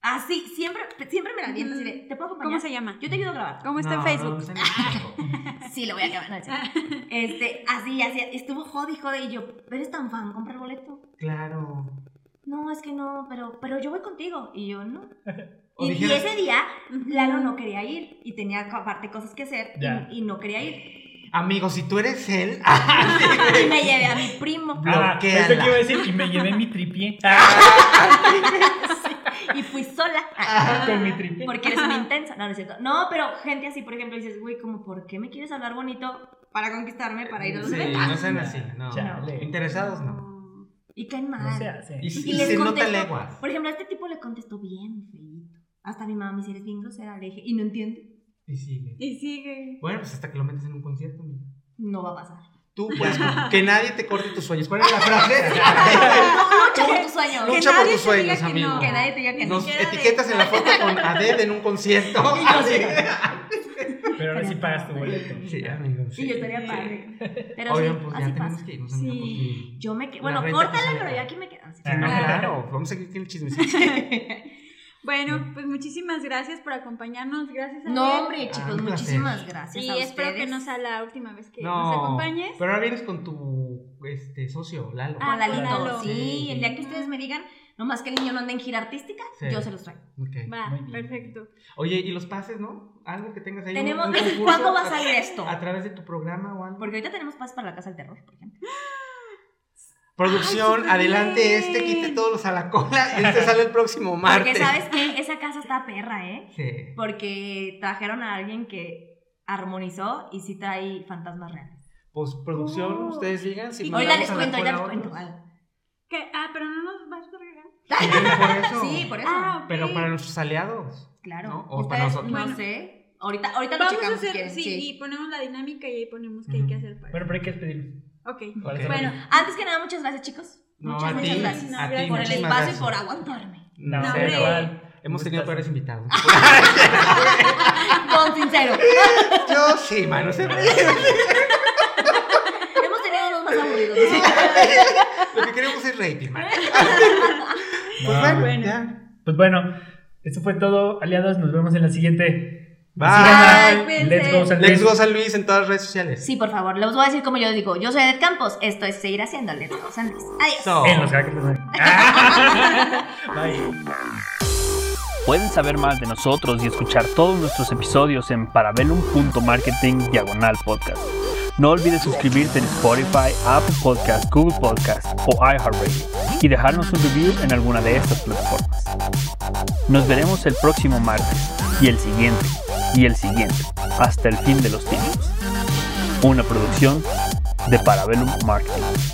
S1: Así, siempre, siempre me la aviento así de, ¿te puedo acompañar?
S3: ¿Cómo se llama?
S1: Yo te ayudo a grabar.
S3: ¿Cómo Ah. está
S4: No,
S3: en Facebook?
S4: no, está en Facebook.
S1: Sí, lo voy a acabar. no, es cierto. este, así, así, estuvo jode y jode. Y yo, ¿eres tan fan? Compra el boleto.
S4: Claro.
S1: No, es que no, pero, pero yo voy contigo. Y yo, no.
S4: O
S1: Y, y
S4: dijeras-
S1: ese día, Lalo no quería ir. Y tenía aparte cosas que hacer. y-
S2: Ya.
S1: Y, no quería ir.
S4: Amigo, si tú eres él.
S1: Y me llevé a mi primo.
S2: Ah,
S4: Bloquéala.
S2: pensé que iba a decir y me llevé mi tripié. Ah,
S1: Y fui sola.
S4: Ah.
S2: con mi tripié.
S1: Porque eres una intensa. No, no es cierto. No, pero gente así, por ejemplo, dices, güey, como, ¿por qué me quieres hablar bonito para conquistarme, para ir a los
S4: Sí,
S1: eventos?
S4: no sean así. No.
S2: Chale.
S4: Interesados, no.
S1: Y caen mal.
S2: No se hace.
S4: Y, si
S1: Y les
S4: se nota
S1: contesto,
S4: leguas.
S1: Por ejemplo, a este tipo le contestó bien feíto. Hasta mi mamá me dice, eres bien grosera, le dije, y no entiendo.
S4: Y sigue.
S3: Y sigue.
S4: Bueno, pues hasta que lo metes en un concierto. amigo.
S1: No va a pasar.
S4: Tú puedes que nadie te corte tus sueños. ¿Cuál es la frase?
S1: Lucha por tu sueño.
S3: Que
S4: Lucha por
S3: nadie
S4: tus
S3: te diga
S4: sueños,
S3: que no.
S4: amigo.
S1: Que nadie te diga que no.
S4: Nos
S3: siquiera de-
S4: etiquetas en la foto con Aded en un concierto.
S1: Y yo sí.
S2: Pero ahora sí pagas tu boleto.
S4: Sí, amigos.
S1: Sí, yo estaría
S3: Sí.
S1: padre. Pero
S4: Oigan,
S1: sí,
S4: pues
S1: así
S4: ya tenemos
S1: pasa.
S4: que irnos, amiga,
S3: Sí.
S1: Yo me quedo.
S4: La
S1: Bueno,
S4: renta pues
S1: córtala,
S4: que
S1: pero
S4: sale.
S1: yo aquí me quedo. Así.
S2: Ah,
S4: porque- No,
S3: Claro.
S4: claro. Vamos a que tiene el chismecito.
S3: Bueno, pues muchísimas gracias por acompañarnos. Gracias a
S1: No, hombre,
S4: Ah,
S1: chicos,
S4: un placer.
S1: muchísimas gracias.
S3: Y
S1: a
S3: espero que
S1: ustedes.
S3: no sea la última vez que
S4: No.
S3: nos acompañes.
S4: Pero ahora vienes con tu este, socio, Lalo.
S1: Con
S3: Ah,
S1: Lalito,
S3: Lalo.
S1: sí,
S4: Sí,
S1: El día
S4: sí.
S1: que ustedes me digan, nomás que el niño no anda en gira artística,
S4: Sí.
S1: yo se los traigo.
S4: Ok.
S3: Va,
S2: Muy bien.
S3: perfecto.
S4: Oye, ¿y los pases, no? Algo que tengas ahí. un-
S1: Tenemos.
S4: un concurso
S1: ¿Cuándo va a salir esto?
S4: A través de tu programa o algo.
S1: Porque ahorita tenemos paz para la casa del terror, por ejemplo.
S4: Producción,
S3: súper
S4: adelante
S3: bien.
S4: este, quite todos los a la cola. Este sale el próximo
S1: Porque
S4: martes.
S1: sabes que esa casa está perra, ¿eh?
S4: Sí.
S1: Porque trajeron a alguien que armonizó y sí trae fantasmas reales.
S4: Pues producción,
S3: Oh.
S4: ustedes digan si
S3: Y
S1: Ahorita
S4: mandamos
S1: les
S4: a la
S1: cuento,
S4: cola
S1: ahorita les
S4: a
S1: cuento.
S4: otros.
S1: ah.
S3: ¿Qué? Ah, pero no nos vas a regalar.
S4: Por eso.
S1: Sí, por eso.
S3: Ah, ok.
S4: Pero para nuestros aliados.
S1: Claro.
S4: ¿no? O para
S1: Ustedes,
S4: nosotros.
S1: No
S3: Bueno.
S1: sé. Ahorita, ahorita lo
S3: Vamos
S1: checamos
S3: a
S1: si
S3: hacer,
S1: quieren,
S3: sí,
S1: sí.
S3: y ponemos la dinámica y ahí ponemos qué hay que hacer para.
S2: Bueno, pero hay que despedirnos.
S3: Ok.
S2: ¿Cuál es
S4: Ok.
S2: el-
S3: Bueno,
S1: Antes que nada, muchas gracias, chicos.
S4: No,
S1: muchas,
S4: a
S1: muchas
S4: ti.
S1: gracias.
S4: a ti,
S1: por el
S4: muchísimas
S1: espacio
S4: gracias.
S1: y por aguantarme.
S2: No,
S3: No,
S2: sí,
S3: hombre.
S2: igual.
S4: Hemos tenido peores invitados.
S1: Con sincero.
S4: Yo sí, mano. se-
S1: Hemos tenido unos más aburridos. ¿no?
S4: Lo que queremos es rating, mano.
S2: No.
S4: Pues bueno,
S3: Bueno.
S4: ya.
S2: Pues bueno, esto fue todo, aliados. Nos vemos en la siguiente.
S4: Bye.
S3: Bye,
S2: Let's go, San
S4: Let's
S2: Luis.
S4: go San Luis en todas las redes sociales.
S1: Sí, por favor, les voy a decir como yo digo. Yo soy Ed Campos. Esto es seguir haciéndole. Todos San Luis. Adiós.
S4: So.
S2: En los hackers. Bye.
S5: Pueden saber más de nosotros y escuchar todos nuestros episodios en parabellum.marketing diagonal podcast. No olvides suscribirte en Spotify, Apple Podcast, Google Podcast o iHeartRadio y dejarnos un review en alguna de estas plataformas. Nos veremos el próximo martes y el siguiente y el siguiente hasta el fin de los tiempos. Una producción de Parabellum Marketing.